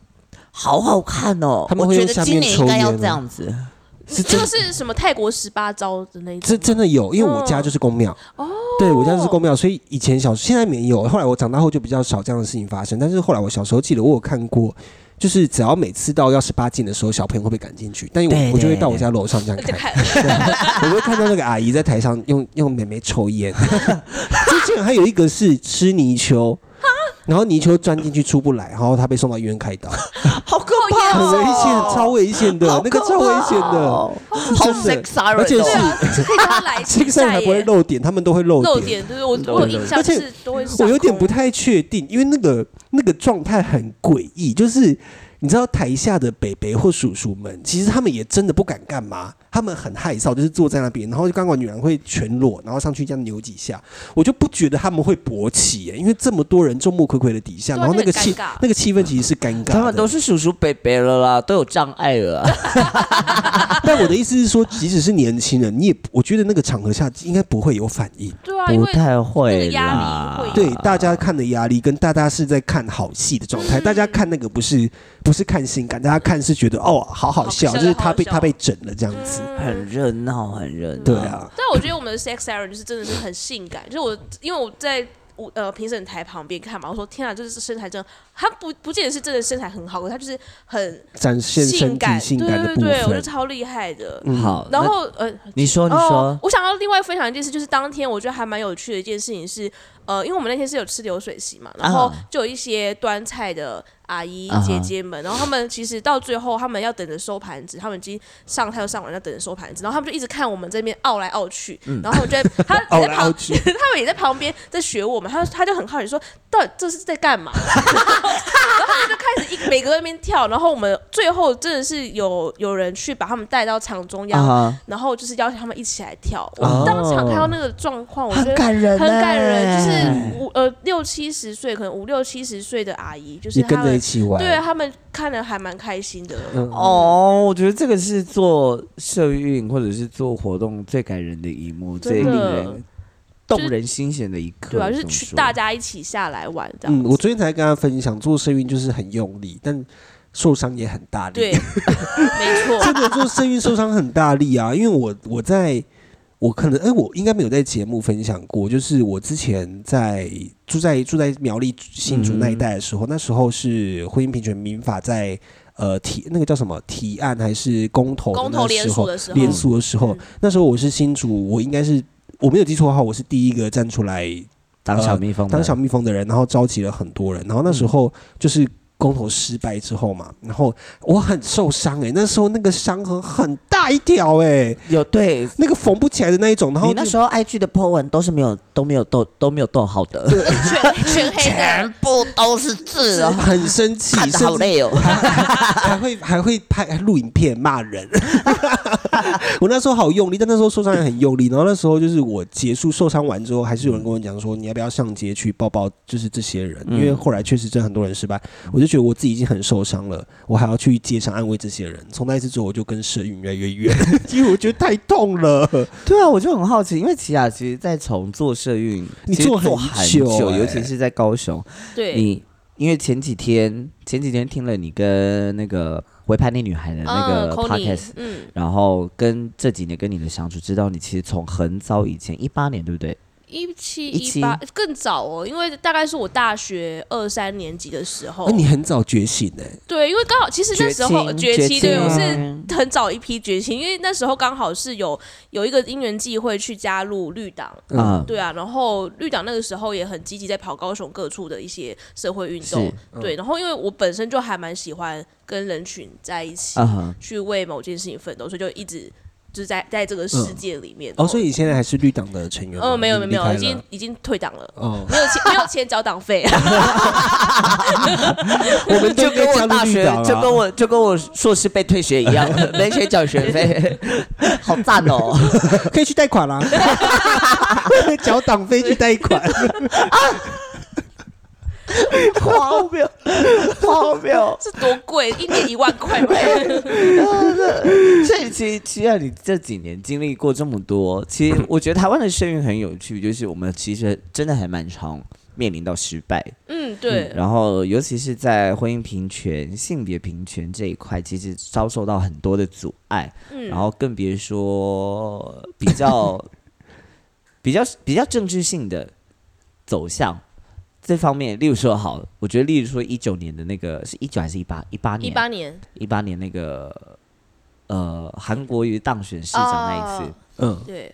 B: 好好看哦。
A: 他们
B: 我
A: 会
B: 觉
A: 用
B: 得
A: 下
B: 今
A: 面
B: 年
A: 抽
B: 应该要
A: 烟
B: 这
A: 啊
B: 样子，
A: 是
D: 这
A: 真
D: 个是什么泰国十八招的那一
A: 这
D: 种？
A: 真的有，因为我家
B: 嗯
A: 就是公庙。
B: 哦
A: 对我家就是公庙，所以以前小现在没有，后来我长大后就比较少这样的事情发生。但是后来我小时候记得我有看过，就是只要每次到要十八禁的时候，小朋友会被赶进去，但
B: 对
A: 我我就会
B: 对
A: 到我家楼上这样
D: 就
A: 看。
D: 看 [laughs]
A: 我就看到那个阿姨在台上用用妹妹抽烟。之前还有一个是吃泥
B: [laughs]
A: 鳅，然后泥鳅钻进去出不来，然后她被送到医院开
B: [laughs]
A: 刀，
B: 好可哦
D: 怕
A: 很危险，超危险的
B: 好，
A: 那个
B: 可
A: 超危险
B: 怕
A: 的。
B: 哦
A: 是
B: 好
A: 真的
B: sex siren，
A: 而且
B: 哦
A: 是
D: 对啊，是可以叫他来
A: 这
D: 比
A: 个上
D: 赛
A: 还不会
D: 耶。
A: 漏点，他们都会漏
D: 露
A: 点。
D: 点，就是我
B: 对
D: 我有
B: 对
D: 印象
A: 而且
D: 是都会上空，
A: 我有点不太确定，因为那个那个状态很诡异，就是你知道台下的北北或叔叔们，其实他们也真的不敢干嘛，他们很害臊，就是坐在那边，然后钢管女郎会全裸，然后上去这样扭几下，我就不觉得他们会勃起耶，因为这么多人众目睽睽的底下，
D: 对啊
A: 然后那个
D: 就很
A: 气
D: 尴尬
A: 那个气氛其实是尴尬的。
B: 他们都是叔叔伯伯了啦，都有障碍了啊。
A: 但我的意思是说，即使是年轻人，你也我觉得那个场合下应该不会有反应。
D: 对 [laughs] 啊，因为
B: 太
D: 那
B: 会
D: 个压
B: 啦
D: 力会
A: 对，大家看的压力跟大家是在看好戏的状态，
D: 嗯
A: 大家看那个不是不是看性感，大家看是觉得哦好好笑，
D: 好笑
A: 就是他被
D: 好笑
A: 他被整了这样子。
D: 嗯
B: 很热闹，很热闹。
A: 对啊，
D: 但我觉得我们的 sex siren 就是真的是很性感，就是我因为我在我呃评审台旁边看嘛，我说天啊，这是身材真的，他不不见得是真的身材很好，可是他就是很
A: 展现身
D: 性
A: 体
D: 感，
A: 性
D: 对
A: 感的
D: 对
A: 部
D: 对，我觉得
A: 分。
D: 超厉害的。
A: 嗯
B: 好，
D: 然
B: 那
D: 后呃，
B: 你说，你
D: 哦
B: 说，，
D: 我想要另外分享一件事，就是当天我觉得还蛮有趣的一件事情是，呃，因为我们那天是有吃流水席嘛，然后
B: 啊
D: 就有一些端菜的阿姨
B: 啊哈
D: 姐姐们，然后他们其实到最后他们要等着收盘子，他们已经上菜又上完，要等着收盘子，然后他们就一直看我们这边傲来傲去，
B: 嗯
D: 然后我觉
B: [laughs]
D: 得他
A: 傲
D: 也在
A: 来傲
D: 旁，
A: 去
D: [laughs] 他们也在旁边在学我们，他他就很好奇说，到底这是在干嘛？开始一每个在那边跳，然后我们最后真的是有有人去把他们带到场中央，
B: 啊，
D: 然后就是邀请他们一起来跳。我
B: 哦
D: 当场看到那个状况，我觉
B: 很
D: 得
B: 感人，
D: 很感人，就是五呃六七十岁，可能五六七十岁的阿姨，就是
A: 你跟
D: 他
A: 着一
D: 们
A: 起玩，
D: 对他们看的还蛮开心的。
A: 嗯，
B: 哦，我觉得这个是做社运或者是做活动最感人的一幕，
D: 真
B: 最令
D: 的
B: 人动人心弦的一刻。
D: 对啊，就
B: 这
D: 是
B: 么
D: 去
B: 说
D: 大家一起下来玩这样
A: 嗯，
D: 子。
A: 我昨天才跟他分享，做生运就是很用力，但受伤也很大力。
D: 对，
A: [laughs]
D: 没错，
A: 真的做生育受伤很大力啊，因为我我在我可能哎、我应该没有在节目分享过，就是我之前在住在住在苗栗新竹那一带的时候，那时候是婚姻平权民法在呃提那个叫什么提案还是公投的
D: 公
A: 那
D: 投
A: 时
D: 联
A: 候
D: 署的时候，
A: 联署的时候，
D: 嗯
A: 那时候我是新竹，我应该是我没有记错的话，我是第一个站出来
B: 当小蜜蜂，
A: 当小蜜蜂的人，然后召集了很多人，然后那时候就是。公投失败之后嘛，然后我很受伤哎、那时候那个伤痕很大一条哎、
E: 有对。
A: 那个缝不起来的那一种，然后
E: 你那时候 IG 的 po 文都是没有都没有逗都没有逗好的，
D: [laughs] 全全黑的，
E: 全部都是
B: 啊
E: 字哦，
A: 很生气，
E: 看
A: 甚
E: 得好
A: 至
E: 累哦。
A: 还会还会拍录影片骂人。 [laughs] 我那时候好用力，但那时候受伤也很用力。然后那时候就是我结束受伤完之后，还是有人跟我讲说，你要不要上街去抱抱，就是这些人，因为后来确实真的很多人失败。我就觉得我自己已经很受伤了，我还要去街上安慰这些人。从那一次之后，我就跟社运越来越远， [laughs] 因为我觉得太痛了。
E: [laughs] 对啊，我就很好奇，因为齐雅其实，在从做社运，
A: 你
E: 其实
A: 做
E: 做
A: 很
E: 很
A: 久欸
E: 尤其是在高雄，
D: 对，
E: 你因为前几天前几天听了你跟那个回叛逆女孩的那
D: 嗯
E: 个
D: Connie，
E: podcast，、
D: 嗯，
E: 然后跟这几年跟你的相处，知道你其实从很早以前一八年对不对？
D: 一七
E: 17
D: 一八更早哦，因为大概是我大学二三年级的时候
A: 那，哦哎你很早觉醒哎、
D: 对，因为刚好其实那时候
E: 崛
D: 崛
E: 起
D: 起，对我是
E: 嗯
D: 很早一批崛起，因为那时候刚好是有有一个因缘际会去加入绿党，
A: 嗯
E: 啊、
D: 对啊，然后绿党那个时候也很积极在跑高雄各处的一些社会运动
E: 是，
A: 嗯
D: 对，然后因为我本身就还蛮喜欢跟人群在一起，
E: 啊哈，
D: 去为某件事情奋斗，所以就一直就是在在这个世界里面。
A: 哦，所以你现在还是绿党的成员吗？
D: 哦，没有没
A: 你
D: 有
A: 离
D: 没
A: 开了
D: 有，已经已经退党了。
A: 哦。
D: 没有 [laughs] 钱，没有钱缴党费， [laughs]
A: 我们都
E: [laughs] 就
A: 应
E: 跟
A: 该加
E: 我
A: 入
E: 大
A: 绿
E: 学
A: 党啊，
E: 就跟我就跟我硕士被退学一 [laughs] 样，没钱缴学费，好赞哦！
A: 可以去贷 [laughs] 款啦，啊缴党费去贷款。
E: 荒谬，荒谬。
D: 是多贵，一年一万块吧。 [laughs]
E: 所以其实，其实你这几年经历过这么多，其实我觉得台湾的社运很有趣，就是我们其实真的还蛮常面临到失败，
D: 嗯，对，
E: 然后尤其是在婚姻平权、性别平权这一块，其实遭受到很多的阻碍，
D: 嗯
E: 然后更别说
D: [laughs]
E: 比较比较比较政治性的走向。这方面，例如说好，我觉得例如说一九年的那个是一九还是一八一八
D: 一
E: 年啊
D: 八年
E: 一八年那个呃韩国瑜当选市长那一次，
D: 哦
A: 嗯，
D: 对，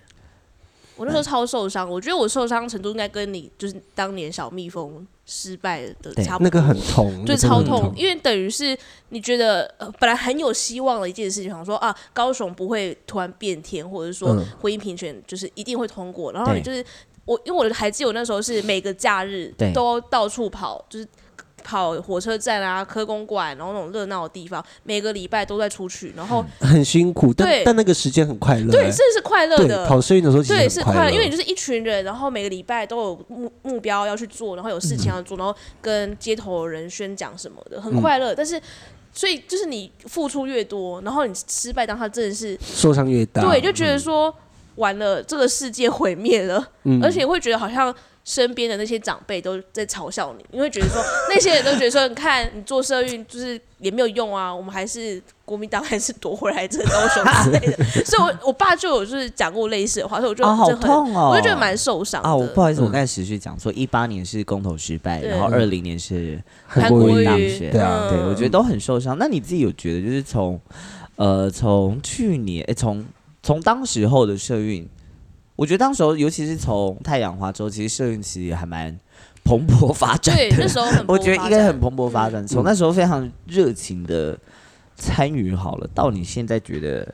D: 我那时候超受伤，我觉得我受伤程度应该跟你就是当年小蜜蜂失败的
E: 对
D: 差不多。
A: 那个很痛，那
D: 对，
A: 真的
D: 超
A: 很
D: 痛，。因为等于是你觉得、呃、本来很有希望的一件事情，想说啊，高雄不会突然变天，或者是说
A: 嗯
D: 婚姻平权就是一定会通过，然后
E: 对
D: 你就是我，因为我还记得我那时候是每个假日
E: 对
D: 都到处跑，就是。跑火车站啊，科公馆，然后那种热闹的地方，每个礼拜都在出去，然后、
A: 很辛苦，但
D: 对
A: 但那个时间很快乐欸。
D: 对，这是快乐的
A: 对，，跑摄影的时候其实
D: 对，
A: 很
D: 是快
A: 乐，
D: 乐，因为你就是一群人，然后每个礼拜都有目目标要去做，然后有事
A: 嗯
D: 情要做，然后跟街头人宣讲什么的，很快乐。但是，所以就是你付出越多，然后你失败当下真的是，
A: 受伤越大，
D: 对，就觉
E: 嗯
D: 得说完了，这个世界毁灭了，
A: 嗯
D: 而且会觉得好像。身边的那些长辈都在嘲笑你，你会觉得说 [laughs] 那些人都觉得说，你看你做社运就是也没有用啊，我们还是国民党还是夺回来这个高雄之类
E: [laughs]
D: 的。所以我我爸就有就是讲过类似的话，所以我就
E: 啊，好
D: 真的很
E: 痛哦！
D: 我就觉得蛮受伤的
E: 啊，我不好意
A: 嗯
E: 思，我刚才时序讲错，一八年是公投失败，
D: 对
E: 然后二零年是
A: 韩
D: 韩
A: 国
D: 国
A: 瑜
D: 瑜
E: 当选，
A: 对啊
D: 嗯
E: 对我觉得都很受伤。那你自己有觉得就是从呃从去年，诶从从当时候的社运，我觉得当时候尤其是从太阳花之后，其实社运其实也还蛮蓬勃发展 [laughs]
D: 对，
E: 的
D: 那。时候很，
E: 我觉得应该很蓬勃发
D: 嗯
E: 展，从那时候非常热情的参与好了，到你现在觉得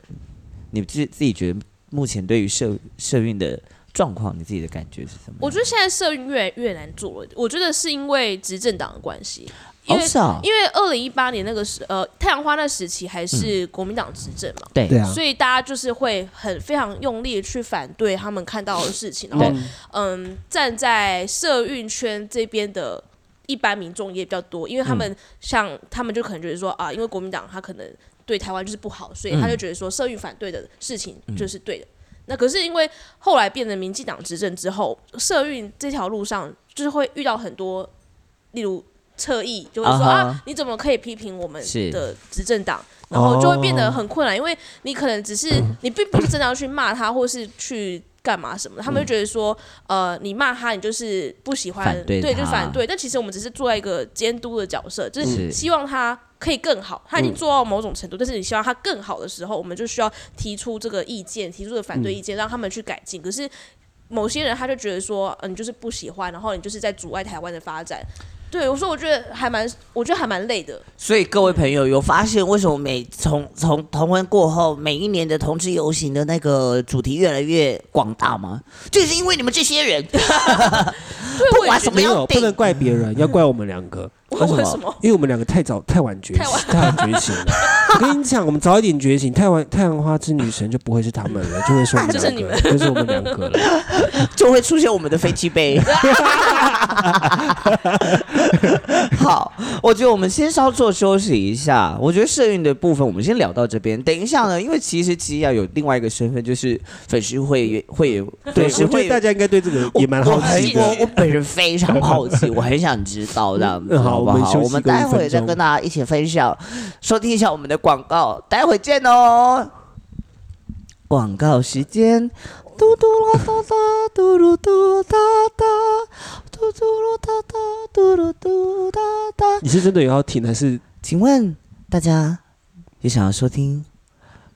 E: 你自自己觉得目前对于社社运的状况，你自己的感觉是什么样？
D: 我觉得现在社运越来越难做了，我觉得是因为执政党的关系，因
E: 哦
D: 为、
E: 是啊，
D: 因为二零一八年那个时呃太阳花那时期还是国民党执政嘛。
E: 对
A: 对啊，
D: 所以大家就是会很非常用力地去反对他们看到的事情，然后嗯，站在社运圈这边的一般民众也比较多，因为他
E: 嗯
D: 们像、他们就可能觉得说啊，因为国民党他可能对台湾就是不好，所以
E: 嗯
D: 他就觉得说社运反对的事情就是对的。那可是因为后来变成民进党执政之后，社运这条路上就是会遇到很多，例如侧翼就会说、
E: 啊哈
D: 啊，你怎么可以批评我们
E: 是
D: 的执政党？然后就会变得很困难，因为你可能只是你并不是真的要去骂他，或是去干嘛什么的，他们就觉得说，呃，你骂他，你就是不喜欢
E: 反，对
D: 对，
E: 他
D: 就反对。但其实我们只是做一个监督的角色，就是是希望他可以更好。他已经做到某种程度，但是你希望他更好的时候，我们就需要提出这个意见，提出这个反对意见，让他们去改进。可呃是某些人他就觉得说，嗯、你就是不喜欢，然后你就是在阻碍台湾的发展。对，我说我觉得还蛮，我觉得还蛮累的。
B: 所以各位朋友有发现为什么每从从同婚过后，每一年的同志游行的那个主题越来越广大吗？就是因为你们这些人， [laughs]
D: 对，
B: 不
D: 我也
B: 管
D: 觉
B: 什么
D: 得
A: 没
B: 样
D: 要嗯
B: 要
A: 有，
B: 定
A: 不能怪别人，要怪我们两个。
D: 我
A: 为什么？
D: 为什么
A: 因为我们两个太早太晚觉醒
D: 太，晚
A: 太晚觉醒
D: [laughs]
A: 了。我跟你讲，我们早一点觉醒，太晚太阳花之女神就不会是他们了，就会是我们
D: [laughs] 就是
A: 两个，就是我们两个了。
B: 就会出现我们的飞机杯。
E: [laughs] 好，我觉得我们先稍作休息一下。我觉得社运的部分我们先聊到这边。等一下呢，因为其实吉雅有另外一个身份，就是粉丝会员会员
A: 对，
E: 粉
A: 我觉
D: [laughs]
E: 丝会
A: 得大
E: 员。
A: 家应该对这个也蛮好奇
B: 我
A: 的。
B: 我本人非常好奇，我很想知道这样子，
A: 嗯好
B: 好不
A: 我们
B: 好？
A: 休息
B: 我们
A: 个五
B: 待会
A: 分
B: 再
A: 钟
B: 跟大家一起分享，收听一下我们的广告，待会见哦。
E: 广告时间，嘟嘟啦哒哒，嘟噜嘟哒哒，嘟嘟噜哒哒，嘟噜嘟哒哒。
A: 你是真的有要停还是？
E: 请问大家也想要收听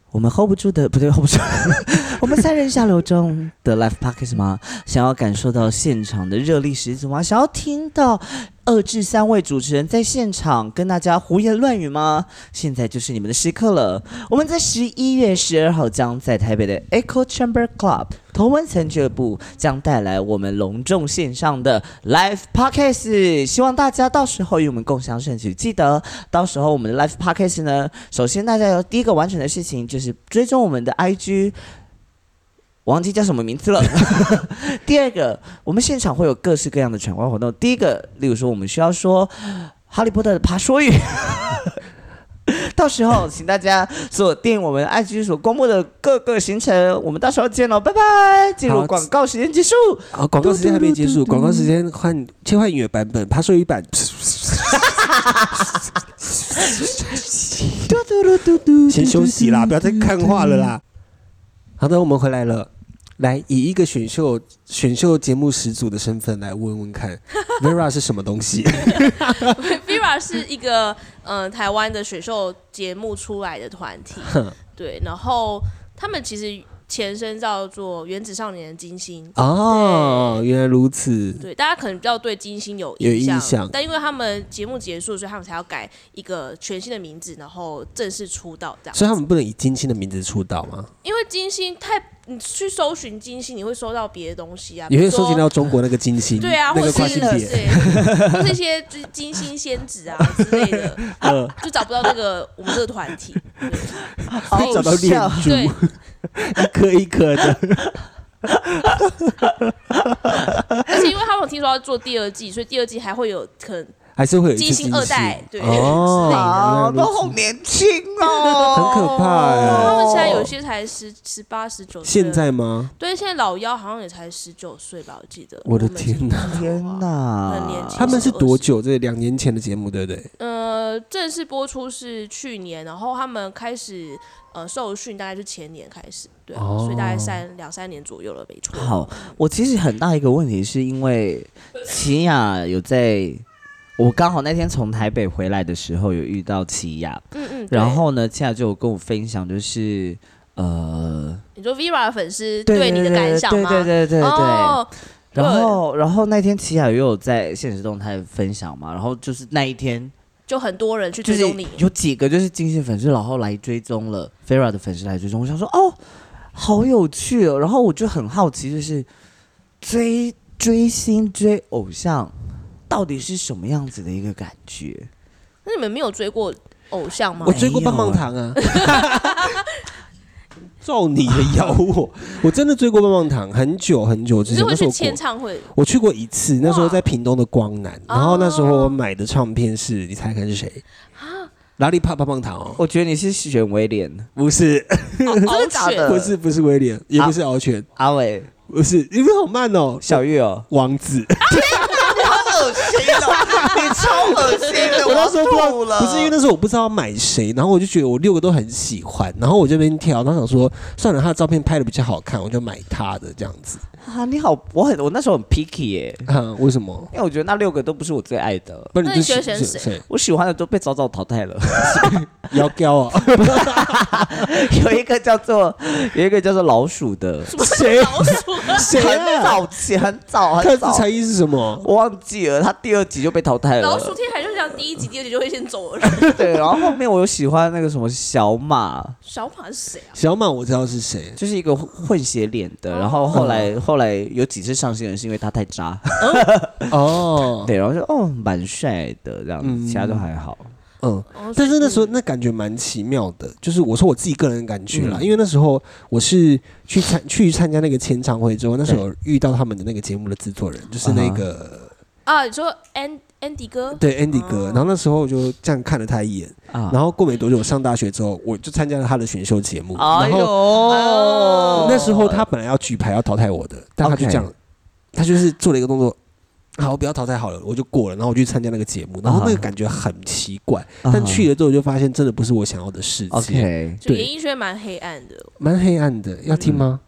E: 我们 hold 不住的，不对，hold 不住， [laughs] 我们三人下流中的 live podcast 吗？想要感受到现场的热力十足吗？想要听到二至三位主持人在现场跟大家胡言乱语吗？现在就是你们的时刻了。我们在十一月十二号将在台北的 Echo Chamber Club 同温层俱乐部将带来我们隆重线上的 live podcast，希望大家到时候与我们共享盛举。记得到时候我们的 live podcast 呢，首先大家要第一个完成的事情就是追踪我们的 IG。我忘记叫什么名
A: [laughs]
E: 字了。第二个，我们现场会有各式各样的闯关活动。第一个，例如说，我们需要说《哈利波特》的爬说语。 [laughs] 到时候，请大家锁定我们 IG 所公布的各个行程，我们到时候见喽，拜拜！进入
A: 好
E: 广告时间结束。
A: 好，哦广告时间还没结束，广告时间换切换音乐版本，爬树语版。
E: 嘟嘟嘟嘟嘟，
A: [laughs] 先休息 [laughs] 啦，不要再看话了啦。好的，我们回来了。来，以一个选秀选秀节目始祖的身份来问问 [laughs] 看，Vera 是什么东西？
D: Vera [laughs] 是一个嗯、呃台湾的选秀节目出来的团
A: [laughs]
D: 体，对，然后他们其实前身叫做《原子少年的金星》。
A: 哦，原来如此。
D: 对，大家可能比较对金星有
A: 有印
D: 象，
A: 象
D: 但因为他们节目结束，所以他们才要改一个全新的名字，然后正式出道这样。
A: 所以他们不能以金星的名字出道吗？
D: 因为金星太，你去搜寻金星，你会搜到别的东西啊，
A: 你
D: 比
A: 会
D: 如说
A: 收集到中国那个金星，
D: 对啊，
A: 那
D: 或
A: 个
D: 者
A: 跨
D: 是
A: 性
D: 对，
A: 别，
D: 或是一些就是金星仙子啊之类
A: [laughs]
D: 的，
A: 嗯
D: 就找不到那个我们这个团体。
A: 会找到
E: 好
A: 恋
E: 笑
A: 珠，
D: 对，
A: [laughs] 一颗一颗的。
D: [laughs] 而且因为他们有听说要做第二季，所以第二季还会有可能
A: 还是会有一些
D: 金星二代，对。
A: 哦
B: 好，，
A: 原来
B: 都
A: 如
B: 好
A: 此
B: 年轻哦，
A: [laughs] 很可怕
D: 他
A: 哎
D: 们现在有些才十十八、十九岁，
A: 现在吗？
D: 对，现在老妖好像也才十九岁吧，我记得。
A: 我的天
D: 哪！
E: 天哪，
D: 很年轻
A: 他们是多久？这两年前的节目，对不对？
D: 呃，正式播出是去年，然后他们开始呃受训，大概是前年开始，对啊、所以大概三两三年左右了，没错。
E: 好，我其实很大一个问题是因为奇雅有在，我刚好那天从台北回来的时候有遇到奇雅，
D: 嗯嗯。对
E: 然后呢，奇雅就有跟我分享，就是呃，
D: 你说 Vera 的粉丝对你的感想吗？
E: 对对对对对
D: 哦，
E: 然后然后那天奇雅又有在现实动态分享嘛，然后就是那一天
D: 就很多人去
E: 就
D: 追
E: 是
D: 踪你。
E: 有几个就是金星粉丝，然后来追踪了 Fera 的粉丝来追踪，我想说哦，好有趣哦。然后我就很好奇，就是追追星追偶像到底是什么样子的一个感觉？
D: 那你们没有追过偶像吗
A: 我？追过棒棒糖
D: [laughs]
A: 啊！照你的咬
D: [laughs]
A: 我，我真的追过棒棒糖，很久很久之
D: 只
A: 前
D: 是，
A: 那
D: 会
A: 时
D: 去
A: 候
D: 签
A: 我
D: 唱 [laughs] 会，
A: 我去过一次，那时候在屏东的光南，然后那时候
D: 哦
A: 我买的唱片是，你猜看是谁？
D: 啊
A: 哪里怕棒棒糖哦？
E: 我觉得你是选威廉
A: 不是，
D: 真的
B: 假的
D: [laughs]
A: 不是，不是威廉，也不是敖犬，
E: 阿伟、
A: 不是，你们好慢哦，
E: 小玉哦，
A: 王子。
B: 好恶心哦，你超恶心的，
A: 我那时候不知
B: 要
A: 道
B: 吐了，
A: 不是因为那时候我不知道要买谁，然后我就觉得我六个都很喜欢，然后我这边挑，然后想说算了，他的照片拍的比较好看，我就买他的这样子。
E: 啊，你好，我很我那时候很 picky 耶、
A: 啊，为什么？
E: 因为我觉得那六个都不是我最爱的。
A: 不然
D: 那
A: 就
D: 你觉得
A: 选
D: 选谁
A: 谁？
E: 我喜欢的都被早早淘汰了，
A: 姚彪啊？
E: [laughs] 有一个叫做有一个叫做老鼠的，
A: 谁？
D: 老鼠
A: 谁
B: 很
A: 啊？
B: 早期，很早
A: 特制
B: 很早，
A: 才艺是什么？
E: 我忘记了，他第二集就被淘汰
D: 老
E: 了。
D: 鼠天才就是这样，第一集、第二集就会先走了。
E: [laughs] 对，然后后面我有喜欢那个什么小马，
D: 小马是谁啊？
A: 小马我知道是
E: [laughs]
A: 谁，
E: 就是一个混血脸的，然后后来后来有几次上新人是因为他太渣，
A: 哦，
E: 对，然后就哦蛮帅的这样子，
A: 嗯
E: 其他都还好。
A: 嗯，
D: 哦
A: 但是那时候
D: 嗯
A: 那感觉蛮奇妙的，就是我说我自己个人感觉啦，
E: 嗯
A: 因为那时候我是去参去参加那个签唱会之后，那时候有遇到他们的那个节目的制作人，就是那个、
D: 啊，你说 An Andy 哥，
A: 对 Andy 哥，
D: 哦
A: 然后那时候我就这样看了他一眼，
E: 啊
A: 然后过没多久我上大学之后，我就参加了他的选秀节目，
E: 哎
A: 然后
B: 哦
E: 呦，
A: 那时候他本来要举牌要淘汰我的，但他就
E: OK
A: 这样，他就是做了一个动作，好，不要淘汰好了，我就过了，然后我去参加那个节目，然
E: 啊
A: 后那个感觉很奇怪，但去了之后就发现真的不是我想要的世界
E: OK，
D: 就
A: 对
D: 演艺圈蛮黑暗的， [laughs]
A: 蛮黑暗的，要
E: 嗯
A: 听吗？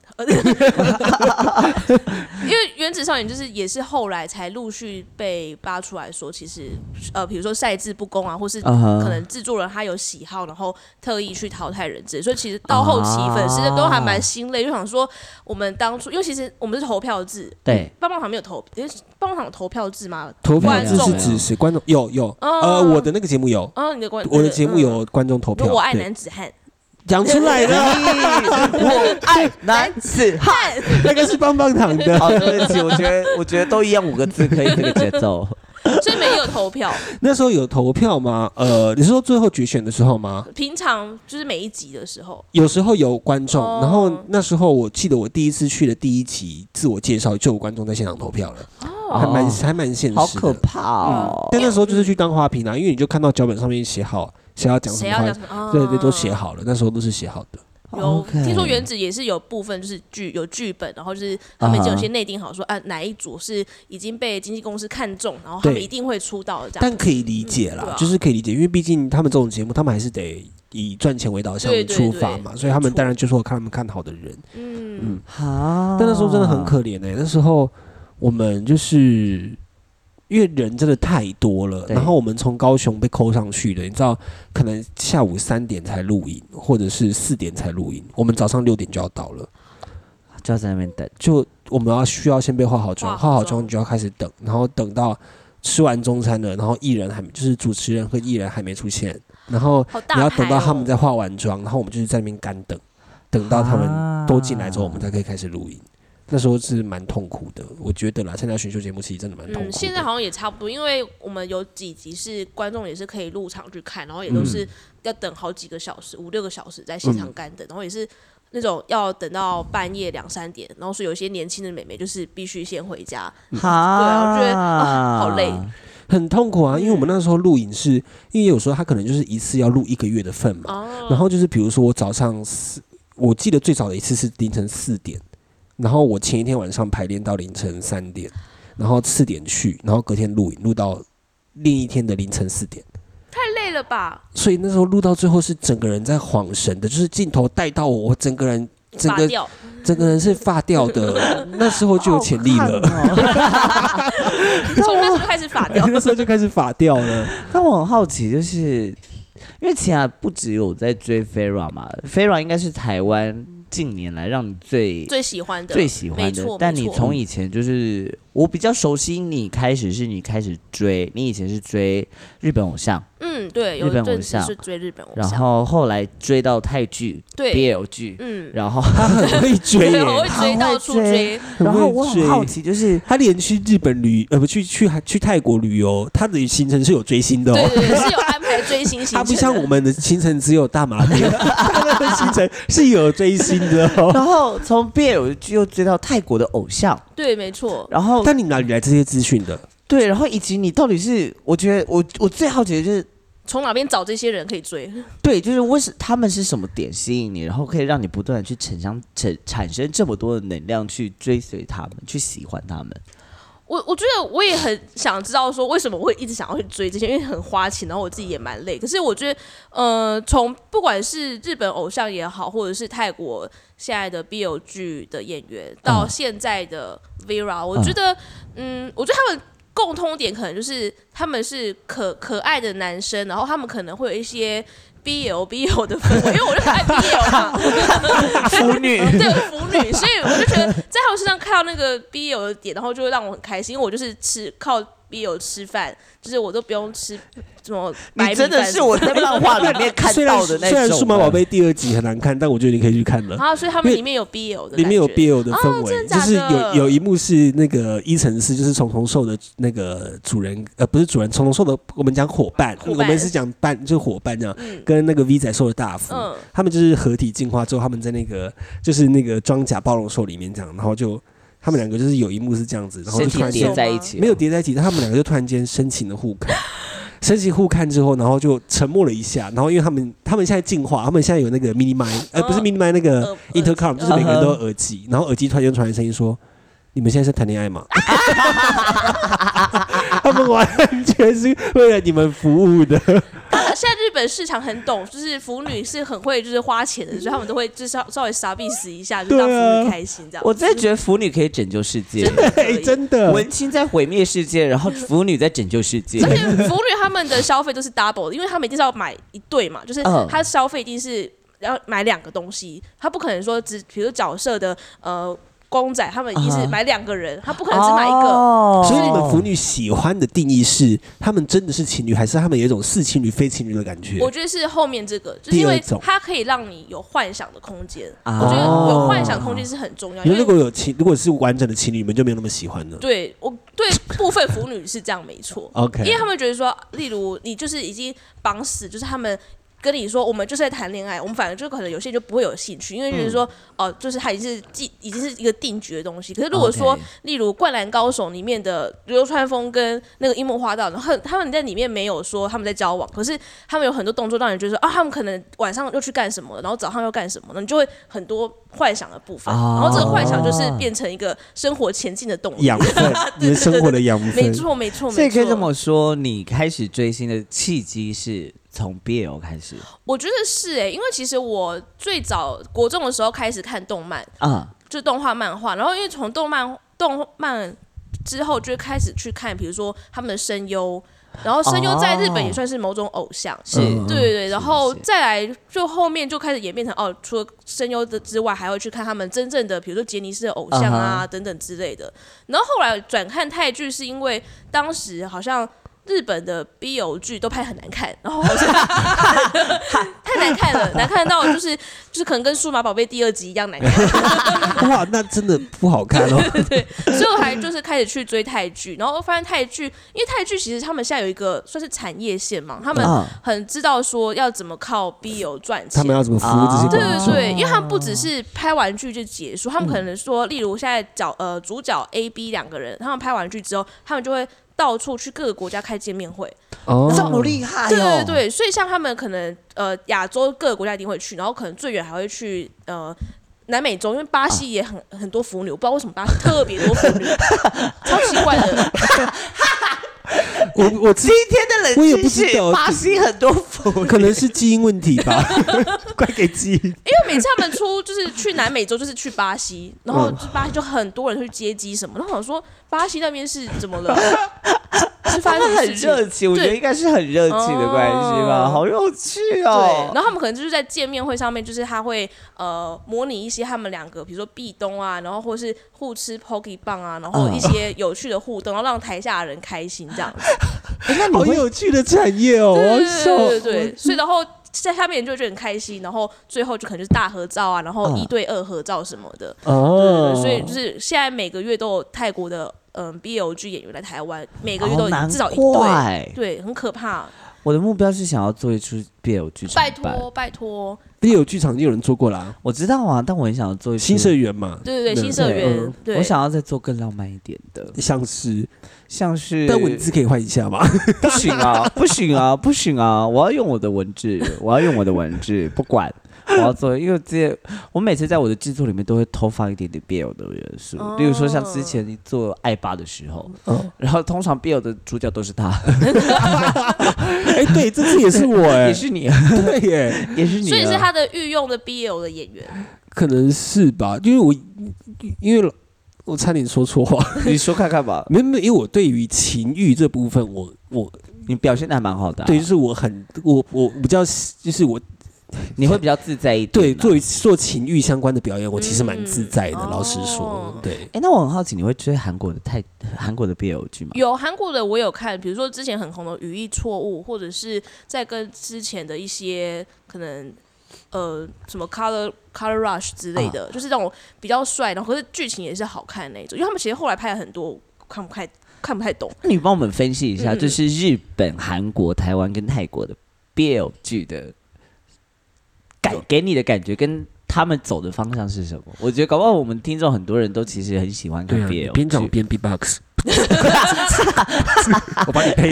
D: 因为原子少年就是也是后来才陆续被扒出来说，其实呃，比如说赛制不公啊，或是
E: 啊哈
D: 可能制作人他有喜好，然后特意去淘汰人质，所以其实到后期粉丝都还蛮心累，就想说我们当初，因为其实我们是投票制，
E: 对，
D: 棒棒糖没有投，诶棒棒糖有投票制吗？
A: 投票
D: 观
A: 制
D: 众
E: 啊
A: 是指谁？观众有有，
D: 哦
A: 呃，我的那个节目有，
D: 啊，你的观
A: 我的节目，
D: 嗯
A: 有观众投
D: 比如
A: 票。
D: 我爱
A: 对
D: 男子汉，
A: 讲出来了，
E: [laughs] 我爱男子汉。
A: 那个是棒棒糖的。
E: 好，对不起，我觉得我觉得都一样五个字可以这个节奏。
D: [laughs] 所以没有投票，
A: 那时候有投票吗？呃，你是说最后决选的时候吗？
D: 平常就是每一集的时候，
A: 有时候有观众，
D: 哦
A: 然后那时候我记得我第一次去的第一期自我介绍就有观众在现场投票了，
D: 哦
A: 还蛮还蛮现实的。
E: 好可怕哦！
A: 但那时候就是去当花瓶啊啦，因为你就看到脚本上面写好谁要讲什
D: 谁
A: 么话，
D: 要讲什么？啊
A: 对对，都写好了，那时候都是写好的。
D: 有
E: OK
D: 听说原子也是有部分就是剧有剧本，然后就是他们已经有些内定好说啊哪一组是已经被经纪公司看中，然后他们
A: 对
D: 一定会出道的这样。
A: 但可以理解
D: 嗯对
A: 啦
D: 啊，
A: 就是可以理解，因为毕竟他们这种节目，他们还是得以赚钱为导向
D: 对对
A: 出发嘛，
D: 对
A: 所以他们
D: 没错
A: 当然就是我看他们看好的人。
D: 嗯，
E: 啊
A: 但那时候真的很可怜哎、那时候我们就是。因为人真的太多了，
E: 对
A: 然后我们从高雄被扣上去的，你知道，可能下午三点才录影，或者是四点才录影，我们早上六点就要到了，
E: 就要在那边等。
A: 就我们要需要先被化好妆，
D: 化好
A: 化好
D: 妆
A: 妆你就要开始等，然后等到吃完中餐了，然后艺人还没，就是主持人和艺人还没出现，然后
D: 好
A: 你
D: 大牌、
A: 要
D: 哦。
A: 等到他们再化完妆，然后我们就是在那边干等，等到他们都进来之后，我们才可以开始录音。那时候是蛮痛苦的，我觉得啦，参加选秀节目其实真的蛮痛苦
D: 嗯，
A: 的。
D: 现在好像也差不多，因为我们有几集是观众也是可以入场去看，然后也都
E: 嗯
D: 是要等好几个小时，五六个小时在现场干等，然后也是那种要等到半夜两三点，然后所以有一些年轻的美眉就是必须先回家，
E: 哈，
D: 对我觉得啊好累
A: 很痛苦
D: 嗯
A: 啊，因为我们那时候录影是，因为有时候他可能就是一次要录一个月的份嘛，
D: 哦嗯
A: 然后就是比如说我早上四，我记得最早的一次是凌晨四点，然后我前一天晚上排练到凌晨三点，然后四点去，然后隔天录影录到另一天的凌晨四点。
D: 太累了吧？
A: 所以那时候录到最后是整个人在晃神的，就是镜头带到我，我整个人整
D: 拔
A: 个
D: 掉
A: 整个人是发掉
E: [laughs]
A: 的，那时候就有潜力了，
D: 从那时候开始发
A: [laughs]。
E: [laughs]
D: 掉
A: 那时候就开始发掉了。
E: 但我很好奇，就是因为其他不只有在追 Fera 嘛，Fera 应该是台湾近年来让你最
D: 最喜欢的，
E: 最喜
D: 没
E: 欢的
D: 错。
E: 但
D: 没
E: 你
D: 错
E: 从以前就是我比较熟悉你，开始是你开始追，你以前是追日本偶像，
D: 嗯，对，
E: 日
D: 有一
E: 本偶
D: 阵子
E: 像
D: 是追日本偶
E: 然
D: 像，
E: 后后来追到泰剧、
D: 对，
E: BL 剧，
D: 嗯，
E: 然后
A: 他很会追耶
E: [laughs]
D: 对， [laughs] 我会
E: 他
D: 追
E: 会
D: 到处
E: 追
D: 追，
A: 很
E: 然后我
A: 会
E: 很好
A: 追。
E: 奇，
A: [laughs]
E: 就是
A: 他连去日本旅，呃，不去去还去泰国旅游，他的行程是有追星的
D: 对
A: 哦。
D: 对对，是有安排追星行
E: [laughs]
A: 他不
D: 程的。
A: 像我们的行程只有大麻店， [laughs] 他的行程是有追星的哦。
E: [laughs] 然后从 BL 剧又追到泰国的偶像，
D: 对，没错，
E: 然后
A: 但你哪里来这些资讯的？
E: 对，然后以及你到底是，我觉得我我最好奇的就是，
D: 从哪边找这些人可以追？
E: 对，就是为什他们是什么点吸引你，然后可以让你不断的去产生产产生这么多的能量去追随他们，去喜欢他们。
D: 我我觉得我也很想知道说为什么我会一直想要去追这些，因为很花钱，然后我自己也蛮累。可是我觉得，呃，从不管是日本偶像也好，或者是泰国现在的 BL 剧的演员，到现在的 Vera，、我觉得，嗯，我觉得他们共通点可能就是他们是可可爱的男生，然后他们可能会有一些。BL BL 的氛围，因为我就很爱啊 BL 嘛，
E: 腐女
D: 对腐女，所以我就觉得在他们身上看到那个 BL 的点，然后就会让我很开心，因为我就是吃靠也有吃饭，就是我都不用吃什么白
E: 你
D: 米
E: 真的
D: 饭
E: 是我在漫画里面看
A: 虽然
E: 到的那
A: 虽然
E: 种。
A: 数码宝贝第二集很难看，但我觉得你可以去看了。
D: 啊，所以他们
A: 因为
D: 里面有 BL 的，
A: 里面有 BL 的氛
D: 哦
A: 围，
D: 真的
A: 就
D: 假
A: 是
D: 的
A: 有有一幕是那个伊藤是就是虫虫兽的那个主人，呃，不是主人，虫虫兽的我们讲伙伴，
D: 伙
A: 我
D: 伴
A: 们是讲伴，就是伙伴这样，
D: 嗯
A: 跟那个 V 仔兽的大夫，
D: 嗯，
A: 他们就是合体进化之后，他们在那个就是那个装甲暴龙兽里面这样，然后就他们两个就是有一幕是这样子，然后就
B: 身
A: 突
B: 体
A: 然间
B: 叠在一起，
A: 没有叠在一起，但他们两个就突然间深情的互看，深情互看之后，然后就沉默了一下，然后因为他们他们现在进化，他们现在有那个 mini m i 呃，嗯不是
D: 嗯
A: mini m i 那个
D: 耳
A: intercom，就是每个人都有耳机，然后耳机突然间传来声音说。你们现在是谈恋爱吗？ [laughs] 他们完全是为了你们服务的，
D: 啊现在日本市场很懂，就是腐女是很会就是花钱的，所以他们都会至少稍微傻逼死一下，就让
A: 对啊
D: 腐女开心这
B: [laughs]
D: 样。
B: 我真的觉得腐女可以拯救世界
D: 真。的可
A: [laughs] 对，
D: 以
A: 哎真的。
B: 文青在毁灭世界，然后腐女在拯救世界。
D: 而且腐女他们的消费都是 double，的因为他们一定是要买一对嘛，就是
B: 嗯
D: 他消费一定是要买两个东西，他不可能说只比如角色的呃公仔，他们一定是
B: 啊
D: 买两个人，他不可能只买一个。
B: 哦
A: 所以你们腐女喜欢的定义是，他们真的是情侣，还是他们有一种似情侣非情侣的感觉？
D: 我觉得是后面这个，就是因为
A: 第二种
D: 它可以让你有幻想的空间。
B: 啊
D: 我觉得有幻想空间是很重要，
A: 因为
D: 因为
A: 如果有情，如果是完整的情侣，你们就没有那么喜欢了。
D: 对我对部分腐女是这样没错
A: OK
D: 因为他们觉得说，例如你就是已经绑死，就是他们。跟你说，我们就是在谈恋爱，我们反正就可能有些人就不会有兴趣，因为就是说，
B: 嗯
D: 哦、就是它已经是既已经是一个定局的东西。可是如果说
B: OK
D: 例如《灌篮高手》里面的流川枫跟那个樱木花道，然后他们在里面没有说他们在交往，可是他们有很多动作让人觉得说啊，他们可能晚上又去干什么了，然后早上又干什么了，你就会很多幻想的部分，
B: 哦
D: 然后这个幻想就是变成一个生活前进的动力。
A: 养
D: [laughs]
A: 分，你的生活的养分。
D: 没错，没
B: [laughs]
D: 错，
B: 所以
D: 没
B: 可以这
D: 错。
B: 么说，你开始追星的契机是从 BL 开始
D: 我觉得是哎、因为其实我最早国中的时候开始看动漫，
B: 啊？
D: 就动画漫画，然后因为从动漫动漫之后就开始去看，比如说他们的声优，然后声优在日本也算是某种偶像，
B: 是
D: 对对对，然后
B: 嗯是
D: 再来就后面就开始演变成哦，除了声优的之外，还会去看他们真正的，比如说杰尼斯的偶像啊、等等之类的。然后后来转看泰剧，是因为当时好像。日本的 BL 剧都拍很难看，然后好
B: [laughs]
D: 像太难看了，难看到就是就是可能跟《数码宝贝》第二集一样难看。
A: 哇，那真的不好看哦。
D: 所以我还就是开始去追泰剧，然后发现泰剧，因为泰剧其实他们现在有一个算是产业线嘛，他们
B: 啊
D: 很知道说要怎么靠 BL 赚钱
A: 嗯他。们要嗯怎么服务这些
D: 对
A: 观
D: 对
A: 众？
D: 对，因为他们不只是拍完剧就结束，他们可能说，例如现在角呃主角 A、B 两个人，他们拍完剧之后，他们就会到处去各个国家开见面会，
A: 哦
E: 这么厉害
B: 哎
D: 对
E: 哦
D: 对！对，所以像他们可能呃亚洲各个国家一定会去，然后可能最远还会去呃。南美洲，因为巴西也很、很多腐女，我不知道为什么巴西特别多腐女，超奇怪的。
A: 我我自
E: 今天的冷
A: 我也不
E: 知
A: 知道
E: 识，巴西很多服，
A: 可能是基因问题吧，怪给基因。
D: 因为每次他们出就是去南美洲，就是去巴西，然后去巴西就很多人会去接机什么，然后我想说巴西那边是怎么了？是发生什
B: 他
D: 么
B: 很
D: 事情？
B: 热情，我觉得
D: 对
B: 应该是很热情的关系吧，
D: 哦
B: 好有趣
D: 对，
B: 哦
D: 然。后他们可能就是在见面会上面，就是他会呃模拟一些他们两个，比如说壁咚啊，然后或是互吃 pokey 棒啊，然后一些有趣的互动，然后让台下的人开心这样子。
A: 好有趣的产业哦，我好
D: 对对对
A: 笑。
D: 对，所以然后在下面人就会觉得很开心，然后最后就可能就是大合照啊，然后一对二合照什么的。
A: 哦
D: 对，所以就是现在每个月都有泰国的嗯 BL G 演员来台湾，每个月都有
B: 难
D: 至少一对。
B: 怪，
D: 对，很可怕。
B: 我的目标是想要做一出 BL 剧场
D: 拜
B: 版，
D: 托，拜托，
A: 也哎有剧场已经有人做过啦，
B: 我知道啊，但我很想要做一出
A: 新社员嘛，
D: 对对对，
A: 对
D: 新社员
A: 嗯，
D: 对，
B: 我想要再做更浪漫一点的，
A: 像是，
B: 像是
A: 但文字可以换一下 [laughs] 嘛？
B: [laughs] 不行啊，不行啊，不行啊！我要用我的文字，我要用我的文
A: [laughs]
B: 字，不管我要做，因为这些我每次在我的制作里面都会偷放一点点 BL 的元素，
D: 哦
B: 例如说像之前你做爱吧的时候，
A: 嗯
B: 然后通常 BL 的主角都是他，
A: 哎，对，这次也是我哎
B: 也，是你，啊
A: 对耶，
B: 也是你啊，
D: 所以是他的御用的 BL 的演员，
A: 可能是吧，因为我因为我差点说错话， [laughs]
B: 你说看看吧，
A: 没没，因为我对于情欲这部分，我我
B: 你表现的还蛮好的啊、
A: 对，就是我很我我比较就是我
B: 你会比较自在一点啊
A: 对
B: 啦。
A: 做做情欲相关的表演，我其实蛮自在的。
D: 嗯
A: 老实说
D: 哦，
A: 对，
B: 哎，那我很好奇，你会追韩国的泰韩国的 BL 剧吗？
D: 有韩国的我有看，比如说之前很红的《语义错误》，或者是在跟之前的一些可能呃什么 Color Color Rush 之类的，就是那种比较帅，然后可是剧情也是好看的那种。因为他们其实后来拍了很多，我看不太看不太懂。
B: 那你帮我们分析一下，
D: 嗯
B: 就是日本、韩国、台湾跟泰国的 BL 剧的感给你的感觉，跟他们走的方向是什么？我觉得搞不好我们听众很多人都其实很喜欢看
A: 对啊，你
B: BL
A: 边讲
B: 剧。
A: 边 B box，我帮你配。
B: [laughs]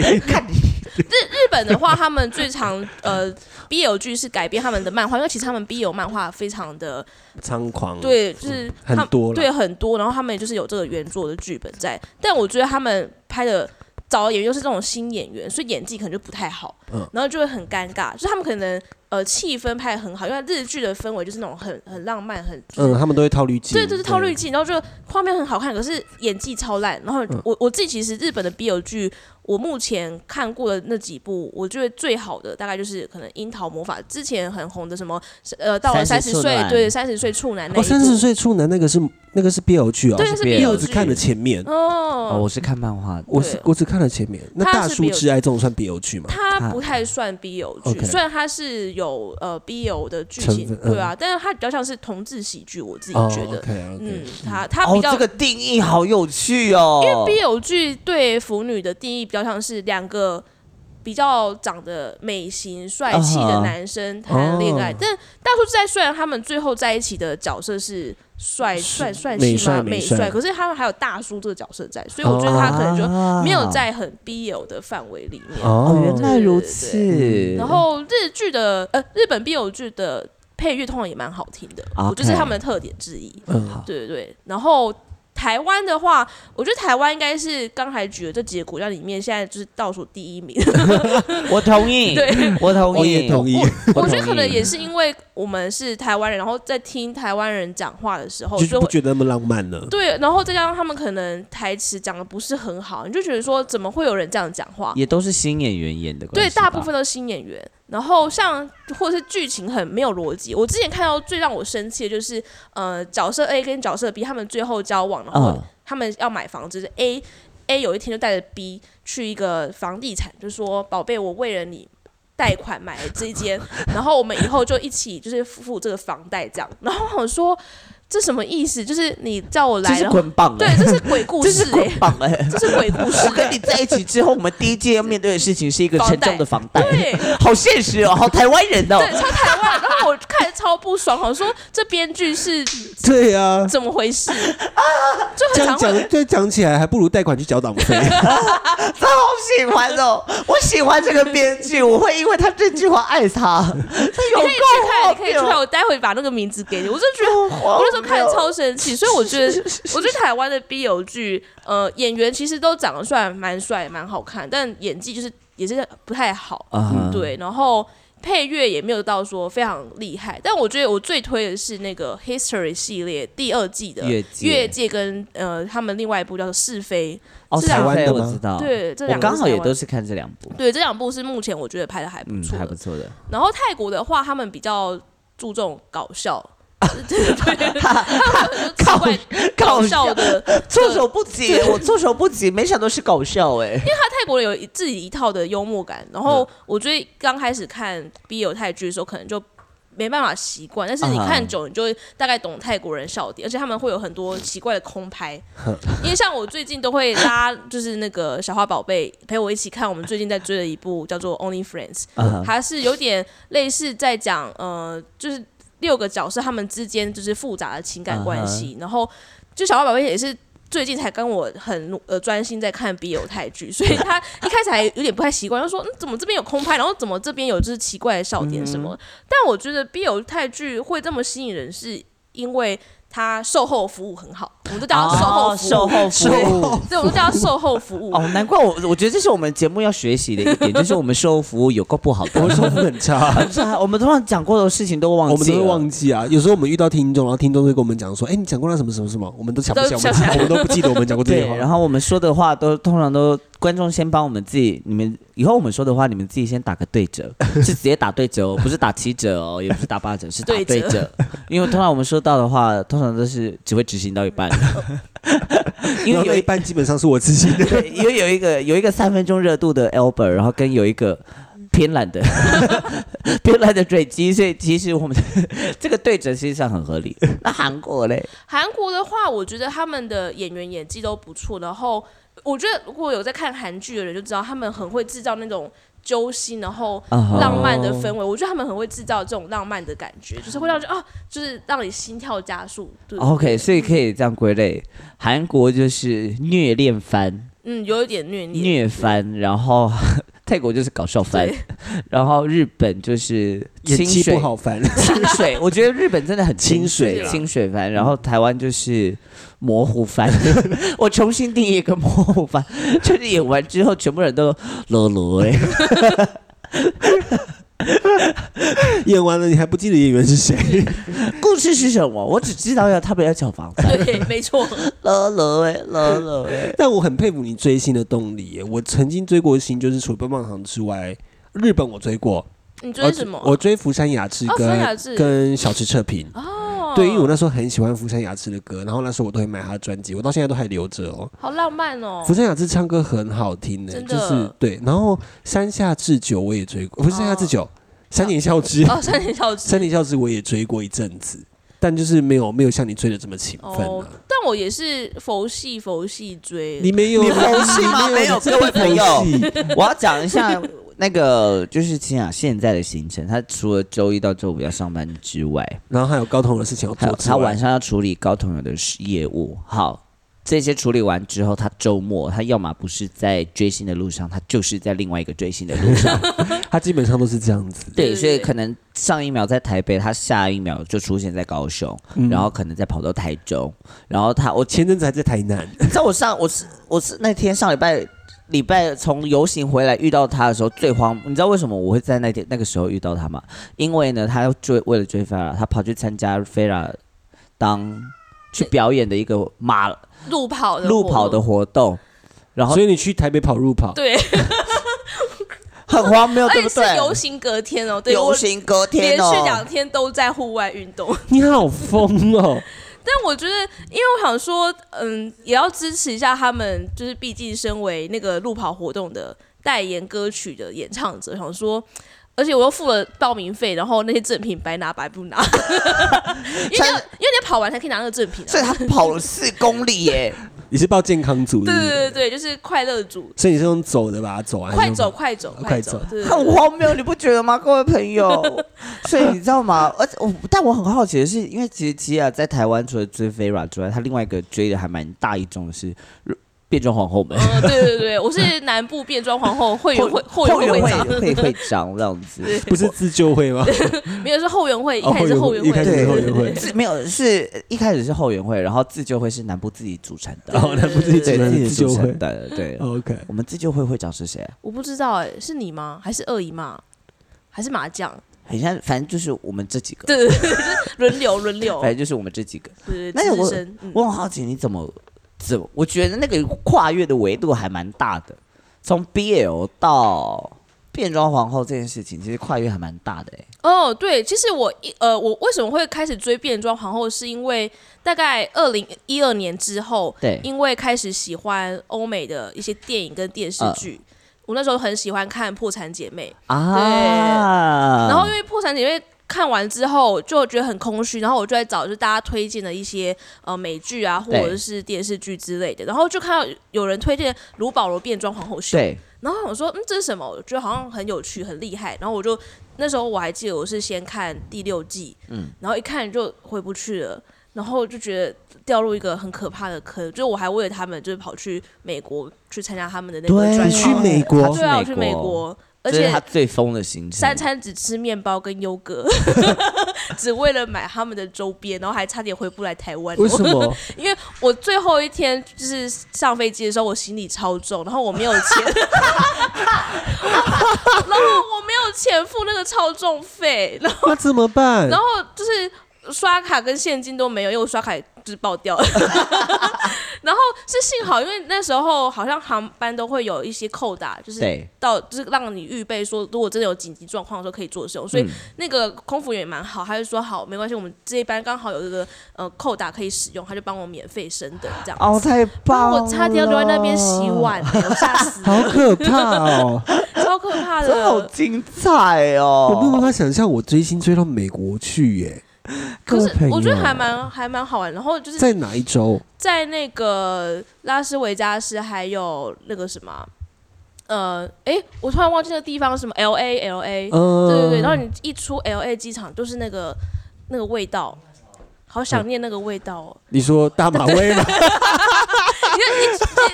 D: 日本的话，他们最常 [laughs] 呃 BL 剧是改编他们的漫画，因为其实他们 BL 漫画非常的
A: 猖狂，
D: 对，就是他
A: 嗯很
D: 们
A: 多啦
D: 对很多，然后他们就是有这个原作的剧本在，但我觉得他们拍的找的演员又是这种新演员，所以演技可能就不太好，
A: 嗯
D: 然后就会很尴尬，就是他们可能呃气氛拍的很好，因为日剧的氛围就是那种很很浪漫，很
A: 嗯，他们都会套滤镜，
D: 对，就是套滤镜，然后就画面很好看，可是演技超烂。然后
A: 嗯
D: 我、我自己其实日本的 BL 剧，我目前看过的那几部，我觉得最好的大概就是可能《樱桃魔法》之前很红的什么，呃，到了三
B: 30
D: 十
B: 处
D: 岁
B: 男，
D: 对，三十岁处男那一部，
A: 哦，三十岁处男那个是那个是 BL 剧哦，
D: 对是
B: BL
A: 我
D: BL
A: 只
D: 剧
A: 看了前面，
B: 哦，
D: 哦，
B: 我是看漫画的。
A: 我是
D: 对
A: 我只看了前面。那
D: 它
A: 大
D: 是
A: 叔
D: BL
A: 之爱这种算 BL 剧吗？
D: 它不太算 BL 剧，
A: OK
D: 虽然它是有呃 BL 的剧
A: 成
D: 情，
A: 分嗯哦
D: 对啊，但是它比较像是同志喜剧，我自己觉得，
A: OK
D: 嗯
A: OK，，
D: 它它
E: 哦
D: 比，较、
E: 这个定义好有趣哦。
D: 因为
E: [laughs]
D: BL 剧对腐女的定义比较像是两个比较长得美型帅气的男生谈恋爱，
A: 哦
D: 但大叔之爱虽然他们最后在一起的角色是帅帅帅
A: 美
D: 气
A: 帅
D: 吗？
A: 美
D: 美
A: 帅
D: 帅，可是他们还有大叔这个角色在，所以我觉得他可能就
E: 哦
D: 没有在很 BL 的范围里面。
B: 哦，
A: 哦
B: 原来如此。嗯
D: 然后日剧的呃日本 BL 剧的配乐通常也蛮好听的，我觉得是
B: OK
D: 他们的特点之一。
A: 嗯，
D: 对对对，然后台湾的话，我觉得台湾应该是刚才举的这几个国家里面，现在就是倒数第
A: [laughs]
D: 一名。
B: 我同意，
D: 嗯 [laughs] 对
B: 我同意，
A: 我也同意，
D: 我觉得可能也是因为我们是台湾人，然后在听台湾人讲话的时候，
A: 就是
D: 就
A: 不
D: 会
A: 觉得那么浪漫了。
D: 对，然后再加上他们可能台词讲的不是很好，你就觉得说怎么会有人这样讲话？
B: 也都是新演员演的关
D: 对，
B: 系吧。
D: 大部分都是新演员。然后像或者是剧情很没有逻辑。我之前看到最让我生气的就是，呃，角色 A 跟角色 B 他们最后交往，然后
B: 嗯
D: 他们要买房子，就是 A A 有一天就带着 B 去一个房地产，就说：“宝贝，我为了你。”贷款买了这一间，然后我们以后就一起就是付这个房贷这样。然后我说这什么意思？就是你叫我
E: 这
D: 来，
E: 是
D: 然后
E: 捆
B: 啊
E: 绑、欸，
D: 对，这是鬼故
E: 这是
D: 事、欸
E: 捆，绑
B: [laughs]
E: 哎、
D: 这是鬼故事、
E: 我跟你在一起之后，我们第一件要面对的事情是一个沉重的房贷，
D: 对，
E: 好现实
D: [laughs]
E: 哦，好台湾人哦。
D: 对，超台湾。然后我看得超不爽，我说这编剧是
A: 对啊，
D: 怎么回事？就
A: 这
D: 很
A: 样
D: 常会
A: 讲，这样讲起来还不如贷款去缴党
D: [laughs]
A: 费。
E: 超喜欢哦！我喜欢这个编剧，我会因为他这句话爱他。他有
D: 你可以去看，你
E: 够
D: 可以去看，
B: 哦
D: 我待会把那个名字给你。我就觉得。我那时候看得超生气，所以我觉得，我觉得台湾的 BL 剧，呃，演员其实都长得算蛮帅、蛮好看，但演技就是也是不太好，
B: 啊
D: 对。然后配乐也没有到说非常厉害，但我觉得我最推的是那个 History 系列第二季的
B: 越界
D: 越界跟呃他们另外一部叫做《是非》，
B: 哦，
D: 这两
B: 台湾的
A: 部
B: 我知道，，
D: 对，这
B: 啊我
D: 两个
B: 刚好也
D: 台湾
B: 都是看这两部，
D: 对这两部是目前我觉得拍的还不
B: 嗯，
D: 错
B: 还
D: 的。
B: 不错的。
D: 然后泰国的话，他们比较注重搞
B: [laughs]
D: 笑， [laughs] 对对对，他们有很多奇怪搞笑的。
E: 措手不及，我措手不及，没想到是搞笑哎、
D: 他泰国人有自己一套的幽默感，然
B: 嗯
D: 后我觉得刚开始看 BL 泰剧的时候，可能就。没办法习惯，但是你
B: 啊
D: 看久，你就会大概懂泰国人笑点，而且他们会有很多奇怪的空拍。 [laughs] 因为像我最近都会拉，就是那个小花宝贝陪我一起看我们最近在追的一部叫做《Only Friends》，
B: 啊
D: 它是有点类似在讲呃，就是六个角色他们之间就是复杂的情感关
B: 嗯
D: 系。然后就小花宝贝也是最近才跟我很努呃专心在看 BL 泰剧， [laughs] 所以他一开始还有点不太习惯，就说、嗯、怎么这边有空拍，然后怎么这边有就是
B: 嗯
D: 奇怪的笑点什么。但我觉得 BL 泰剧会这么吸引人，是因为他售后服务很好，我们都叫他售
E: 啊
D: 后服务。
B: 哦售后服务。
D: 对，我们都叫他售后服
B: [laughs]
D: 务。
E: 哦，难怪我，我觉得这是我们节目要学习的一点，就是我们售后服务有够不好 [laughs] 的。
A: 我们收入很
D: [laughs]
A: 差。
E: 是啊，我们通常讲过的事情都忘
A: 我们
E: 记
A: 都
E: 了，
A: 会忘记啊，有时候我们遇到听众，然后听众会跟我们讲说：“哎、你讲过那什么什么什么，我们都想不起来，我
D: 都
A: 们
D: 想
A: 我们都不记得我们讲过这些
E: 对
A: 话。”，
E: 然后我们说的话都通常都观众先帮我们自己，你们以后我们说的话，你们自己先打个对
A: [laughs]
E: 折，是直接打对折哦，不是打七折哦，也不是打八折，是打
D: 对
E: 对
D: 折
A: [laughs]
E: 折。因为通常我们说到的话，通常都是只会执行到
A: [laughs]
E: 一半，
A: 然
E: 因为
A: 后
E: 有
A: 那一
E: 一
A: 般基本上是我自己的。
E: 对，因为有一个有一个三分钟热度的 Albert，然后跟有一个偏懒的 [laughs] 偏懒的追击，所以其实我们 [laughs] 这个对折实际上很合理。
B: 那韩国嘞，
D: 韩国的话，我觉得他们的演员演技都不错，然后我觉得如果有在看韩剧的人就知道，他们很会制造那种揪心，然后
E: 啊哈
D: 浪漫的氛围。我觉得他们很会制造这种浪漫的感觉，就是会让人啊，就是让你心跳加速。对
E: 哦啊 OK，所以可以这样归类，韩国就是虐恋番。
D: 嗯，有一点虐恋。
E: 虐番，然后 [laughs] 泰国就是搞笑番， [laughs] 然后日本就是
A: 演
E: 清
A: 技
E: 水
A: 不好烦，
E: 清水， [laughs] 我觉得日本真的很
A: 清水
D: 啊
E: 清水
A: 嗯
E: 番，然后台湾就是模
A: [laughs]
E: 糊番，我重新定义一个模糊番， [laughs] 就是演完之后全部人都 [laughs] 裸裸
A: 欸
E: 哎，
A: [laughs] 演完了你还不记得演员是
E: [laughs]
A: 谁？
E: [laughs] 故事是什么？我只知道要他们要抢房子，
D: 对， [laughs] 没
E: [laughs]
D: 错。
B: 了了
A: 欸
B: 哎，了了哎，
A: 但我很佩服你追星的动力耶。我曾经追过星，就是除了棒棒糖之外，日本我追过，呃
D: 你追什么？
A: 我追福山雅治
D: 哦福
A: 跟、
D: 山雅治
A: 跟小池彻平。
D: 哦，
A: 对，因为我那时候很喜欢福山雅治的歌，然后那时候我都会买他的专辑，我到现在都还留着哦。
D: 好浪漫哦
A: 福。山雅治唱歌很好听的、
D: 真的
A: 就是对。然后山下智久我也追过，不是山下智久，山田孝之，
D: 哦，三点小
A: [laughs]
D: 时
E: [laughs]
A: 山。田孝之我也追过一阵子，但就是没有没有像你追的这么勤奋、啊
D: 哦，但我也是佛系佛系追。
A: 你没有，
E: 你
A: 你
E: 佛系吗没有
A: 真的
E: 各位朋友
A: 佛系 [laughs]
E: 我要讲一下那个就是清雅现在的行程，他除了周一到周五要上班之外，
A: 然后还有高同的事情要
E: 还
A: 做
E: 有
A: 之
E: 他
A: 外
E: 晚上要处理高同友的事业务，好，这些处理完之后，他周末他要么不是在追星的路上，他就是在另外一个追星的
A: [laughs]
E: 路上。
A: 他基本上都是这样子。
E: 对，
D: 对
E: 所以
D: 对
E: 可能上一秒在台北，他下一秒就出现在高雄，
A: 嗯
E: 然后可能再跑到台中，然后他我
A: 前阵子还在台南，
B: 你知道我上我是我是那天上礼拜
E: 礼拜从游行回来遇到他的时候最慌，你知道为什么我会在那天那个时候遇到他吗？因为呢，他要追为了追菲拉，他跑去参加菲拉当去表演的一个马
D: 路跑的
E: 路
D: 活
E: 跑的
D: 动
E: 活动，然后
A: 所以你去台北跑路跑，
D: 对，
E: 很荒谬，
D: 而
E: 对
D: 且
E: 不
D: 是
E: 对？
D: 游行隔天哦，对，
B: 游
D: 我
B: 行隔
D: 连
B: 天
D: 续两
B: 哦，
D: 天都在户外运动。
A: 你好疯哦！
D: [laughs] 但我觉得，因为我想说，嗯，也要支持一下他们，就是毕竟身为那个路跑活动的代言歌曲的演唱者，想说。而且我又付了报名费，然后那些赠品白拿白不拿， [laughs] 因为你要因为你要跑完才可以拿那个赠品、
B: 所以
D: 啊。
B: 他跑了四公里耶，
A: 你是报健康组是
D: 对
A: 不
D: 对
A: 是，
D: 对对，就是快乐组，
A: 所以你是用走的吧？走啊，
D: 快走！快走
A: 快
D: 走
A: 走，
D: 对对对
B: 很荒谬，你不觉得吗，各位朋
D: [laughs]
B: 友？
E: 所以你知道吗？而且我，但我很好奇的是，因为其实吉雅在台湾除了追 Vera 之外，她另外一个追的还蛮大一众的是变装皇后们。
D: 嗯，对对对，我是南部变装皇后会员会后
E: 后
D: 援
E: 援
D: 会
E: 会
D: 长，
E: 会会长这样子， [laughs]
A: 不是自救会 [laughs] 吗？
D: 没有是后援会，一
A: 哦
D: 开始是后
A: 后援
D: 援
A: 会一开始
D: 对
A: 是
D: 对
A: 后
D: 对
A: 援会
E: 是没有是一开始是后援会，然后自救会是南部自己组成的，
A: 然后他不哦自己组
E: 对
A: 成
E: 自己
A: 自救
E: 组
A: 会哦
E: 成。的，对。
A: OK，
E: 我们自救会会长是谁啊？
D: 我不知道哎、是你吗？还是二姨妈？还
A: [laughs]
D: 是麻将？
E: 很像，反正就是我们这几个，
D: 对对对，就是轮流轮流
E: 反，
A: 哎
E: 正就是我们这几个。
D: 对对
E: 那
D: 对，
E: 我
D: 资深。嗯
E: 我很好奇你怎么怎么，我觉得那个跨越的维度还蛮大的，从 BL 到变装皇后这件事情，其实跨越还蛮大的、欸。
D: 哦，对，其实我一呃，我为什么会开始追变装皇后，是因为大概二零一二年之后，
E: 对
D: 因为开始喜欢欧美的一些电影跟电视
E: 嗯
D: 剧，
A: 呃
D: 我那时候很喜欢看《破产姐妹》，
E: 啊，
D: 然后因为破产姐妹看完之后就觉得很空虚，然后我就在找就是大家推荐的一些呃美剧啊或
E: 对
D: 者是电视剧之类的，然后就看到有人推荐卢保罗变装皇后秀，
E: 对
D: 然后我说嗯这是什么？我觉得好像很有趣很厉害，然后我就那时候我还记得我是先看第六季，嗯，然后一看就回不去了。然后就觉得掉入一个很可怕的坑，就我还为了他们，就是跑去美国去参加他们的那个
E: 对
D: 专
A: 你
D: 场
A: 去美国
D: 对啊，我去
E: 去
D: 美
E: 美
D: 国，而
B: 这是
D: 且
B: 他最疯的行程
D: 三。餐只吃面包跟优格， [laughs] 只为了买他们的周边，然后还差点回不来台湾。哦
A: 为什
E: [laughs]
A: 么？
D: [laughs] 因为我最后一天就是上飞机的时候，我行李超重，然后我没有钱， [laughs] 然后我没有钱付那个超重费，然后
A: 那怎么办？
D: 然后就是刷卡跟现金都没有，因为我刷卡就是爆掉了。 [laughs] 然后是幸好，因为那时候好像航班都会有一些扣打，就是
B: 对
D: 到就是让你预备说，如果真的有紧急状况的时候可以做使用。所以
B: 嗯
D: 那个空服员也蛮好，他就说好，没关系，我们这一班刚好有一个呃扣打可以使用，他就帮我免费升等这样。
E: 哦，太
D: 不然
E: 棒了！
D: 我差点要留在那边洗碗、欸我吓死
A: 好
D: 了，
A: 可怕
D: [laughs]
A: 哦！
D: 超可怕
E: 这好
D: 的。
E: 精彩
A: 我没有办
E: 哦！
A: 法想象我追星追到美国去耶，
B: 各
D: 可
B: 位
D: 是
B: 朋友
D: 我觉得
E: 哦
D: 还蛮还蛮好玩，然后就是
A: 在哪一周？
D: 在那个拉斯维加斯，还有那个什么，呃，诶，我突然忘记那个地方是什么 L A L A，、
A: 嗯，
D: 对对对，然后你一出 L A 机场，就是那个那个味道，好想念那个味道哦！
A: 你说大马威吗？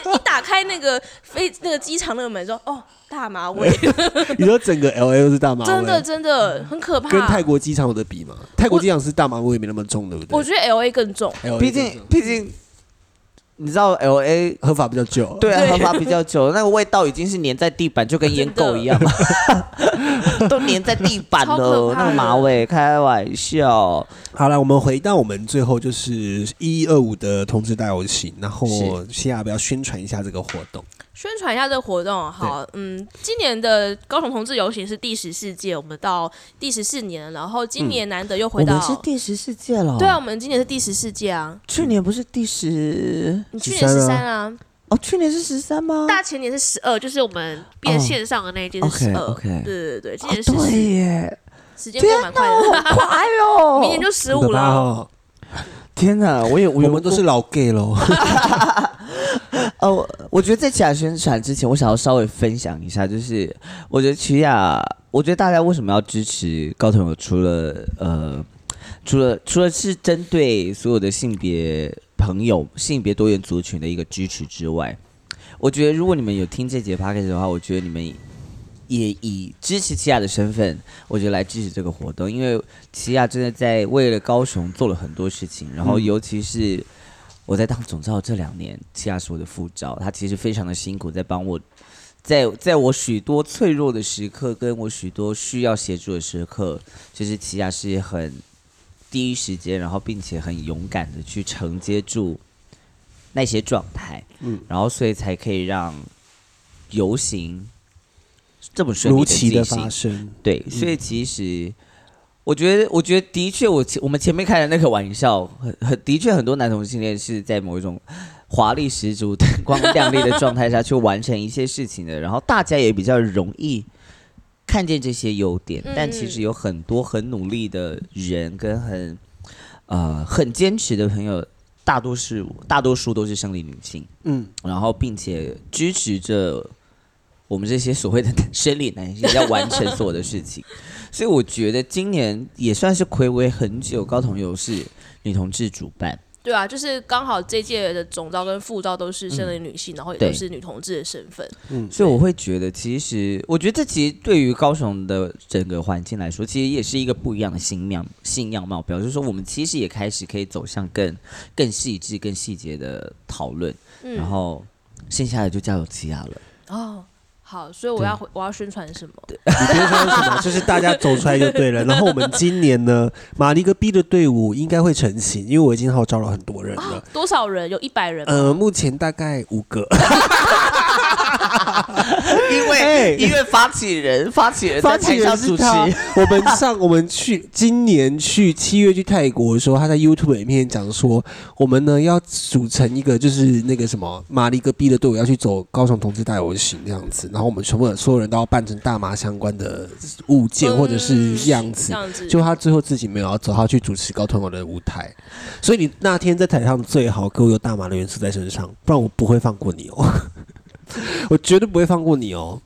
D: 一打开那个飞那个机场那个门说，哦，大麻味，
A: [laughs] 你说整个 L A 都是大马威，
D: 真的真的很可怕。
A: 跟泰国机场有的比吗？泰国机场是大马威没那么重，对不
D: 我
A: 对
D: 觉得 L A 更重，
A: ？LA
B: 毕
A: 这
B: 竟
A: 种
B: 毕竟，你知道 L A
A: 合法比较久，
E: 对啊，
D: 对
E: 头发比较久，那个味道已经是粘在地板，就跟烟垢一
D: [laughs]
E: 样，都粘在地板
D: 超可
E: 了。
D: 怕
E: 那
D: 的
E: 个马尾，开玩笑。
A: 好了，我们回到我们最后就是一二五的同志大游行，然后
B: 是
A: 希亚不要宣传一下这个活动。
D: 宣传一下这个活动。好，嗯，今年的高雄同志游行是第十四届，我们到第十四年了，然后今年难得又回到。
E: 第十四届了
D: 对啊，我，们今年是第十四届啊，
E: 去年不是第十
D: 你去年十
A: 13
D: 三
A: 啊
D: 啊，
E: 哦，去年是十三吗？
F: 大前年是十二，就是我们变
E: 哦
F: 线上的那一届是十
B: OK
F: 二、
B: OK，
A: 啊
D: 对对对，今
E: 哦
D: 年是
E: 对
D: 十，
E: 耶，
D: 时间过蛮快的，
E: 快
D: [laughs]
E: 哦！
D: 明年就十五
A: 很可怕
D: 了。
A: 哦，
B: 天哪！我也我
A: 我们都是老 gay 喽。
E: 哦，我我觉得在起亚宣传之前，我想要稍微分享一下，就是我觉得起亚，我觉得大家为什么要支持高腾友？除了呃，除了除了是针对所有的性别朋友、性别多元族群的一个支持之外，我觉得如果你们有听这节 p o d 的话，我觉得你们也以支持起亚的身份，我觉得来支持这个活动，因为起亚真的在为了高雄做了很多事情，
A: 嗯
E: 然后尤其是。我在当总召这两年，齐亚是我的副召，他其实非常的辛苦，在帮我，在在我许多脆弱的时刻，跟我许多需要协助的时刻，就是齐亚是很第一时间，然后并且很勇敢的去承接住那些状态，嗯，然后所以才可以让游行这么顺利
A: 如
E: 地
A: 期的
E: 进行
A: 发生。
E: 对，所以其实我觉得，我觉得的确，我前我们前面开的那个玩笑，很很的确，很多男同性恋是在某一种华丽十足、灯光亮丽的状态下去完成一些事情的，然后大家也比较容易。看见这些优点，但其实有很多很努力的人跟很呃很坚持的朋友，大多是大多数都是生理女性，
A: 嗯，
E: 然后并且支持着我们这些所谓的生理男性要完成所有的事 [laughs] 情。所以我觉得今年也算是暌违很久，高同游是女同志主办，
D: 对啊，就是刚好这届的总招跟副招都是生理女性，然后也
E: 对
D: 都是女同志的身份。
E: 所以我会觉得，其实我觉得这其实对于高雄的整个环境来说，其实也是一个不一样的新样新样貌，表示说我们其实也开始可以走向更更细致、更细节的讨论，
D: 嗯
E: 然，后剩下的就交由其他了。
D: 哦，好，所以我要回我要宣传什么？
A: 你别说什么，就是大家走出来就对了。然后我们今年呢，马尼戈逼的队伍应该会成型，因为我已经号召了很多人了。
D: 多少人？有一百人吗。
A: 呃，目前大概五个， [laughs]
E: 因为因为发起人哎发起人在台上主持，
A: 他。我们上我们去今年去七月去泰国的时候，他在 YouTube 里面讲说，我们呢要组成一个就是那个什么马尼戈逼的队伍，要去走高雄同志大游行这样子。然后我们全部的所有人都要扮成大麻相关的物件
D: 嗯
A: 或者是样子
D: 这。样子，
A: 就他最后自己没有要走，他去主持高团友的舞台，所以你那天在台上最好给我有大麻的元素在身上，不然我不会放过你哦， [laughs] 我绝对不会放过你哦，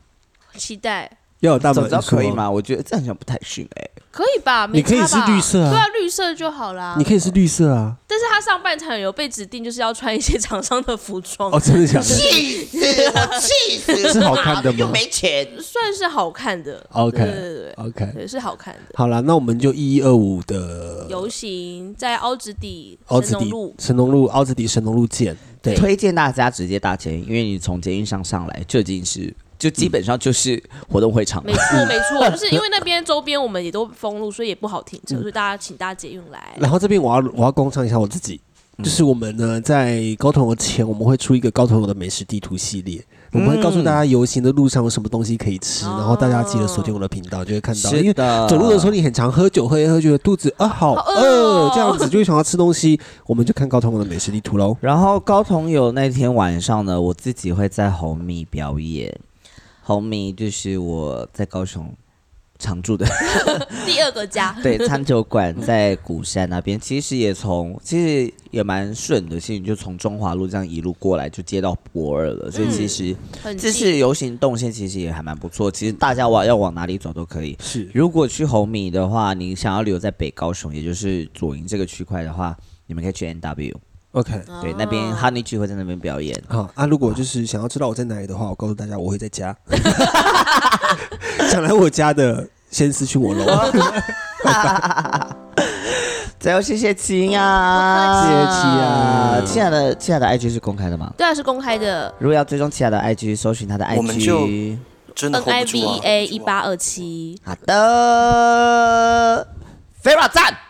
D: 期待。
A: 要有大麻
E: 总之
A: 元素、哦。
E: 可以？吗？我觉得这样讲不太逊哎、
D: 可以吧？没
A: 你可以
D: 差
A: 是
D: 吧
A: 绿色啊
D: 对啊，绿色就好啦
A: 你。可以是绿色啊。
D: 但是他上半场有被指定就是要穿一些厂商的服装
A: 哦，，真的假的？
E: 气死我，气死我！
A: 是好看的吗
E: 又
B: [laughs]
E: 没钱，
D: 算是好看的。
A: OK
D: 对对对
A: OK
D: 对对，是好看的。
A: 好啦，那我们就一一二五的
D: 游行在凹子底、
A: 凹
D: 神
A: 子
D: 农
A: 底
D: 路，
A: 神农路凹子底神农路见。对，
E: 推荐大家直接搭捷运，因为你从捷运上上来就已经是，就基本上就是活动会场
D: 没
E: 了。
D: 错没错，就是因为那边周边我们也都封路，所以也不好停车，所以大家请大家捷运来。
A: 然后这边我要我要工商一下我自己，
D: 嗯
A: 就是我们呢在高屯游前我们会出一个高屯游的美食地图系列，我们会告诉大家游行的路上有什么东西可以吃，
D: 嗯
A: 然后大家记得锁定我的频
D: 哦
A: 道就会看到，因为。
E: 呃的
A: 走路的时候，你很常喝酒，喝一喝觉得肚子啊好
D: 好饿
A: 饿
D: 哦，
A: 这样子就会想要吃东西，我们就看高屯游的美食地图喽。
E: 然后高同友那天晚上呢，我自己会在红米表 [laughs] 演。红米就是我在高雄常住的
D: 第二个家，
E: 对餐酒馆，在鼓山那边，其实也从其实也蛮顺的，其实你就从中华路这样一路过来就接到博尔了，所以其实
D: [laughs] 很
E: 这
D: 近
E: 次游行动线其实也还蛮不错。其实大家往要往哪里走都可以，
A: 是
E: 如果去红米的话，你想要留在北高雄，也就是左营这个区块的话，你们可以去 N W，、
A: OK，
D: 嗯
E: 对，那
D: 哦
E: 边 Honey G 会在那边表演。
A: 好啊，如果就是想要知道我在哪里的话，我告诉大家我会在
D: [laughs]
A: 家。想来我家的，先私讯我喽。
E: 最后谢谢七
D: 不
E: 啊，
D: 客气
E: 啊，七雅的七雅的 IG 是公开的吗？
D: 对啊，是公开的
E: 如果要追踪七雅的 IG，搜寻他的 IG。
C: 我们就真的
D: ，N
C: hold
D: I
C: 不
D: V
C: 住啊
D: E A 一八二七。
E: 好的，Fira 赞。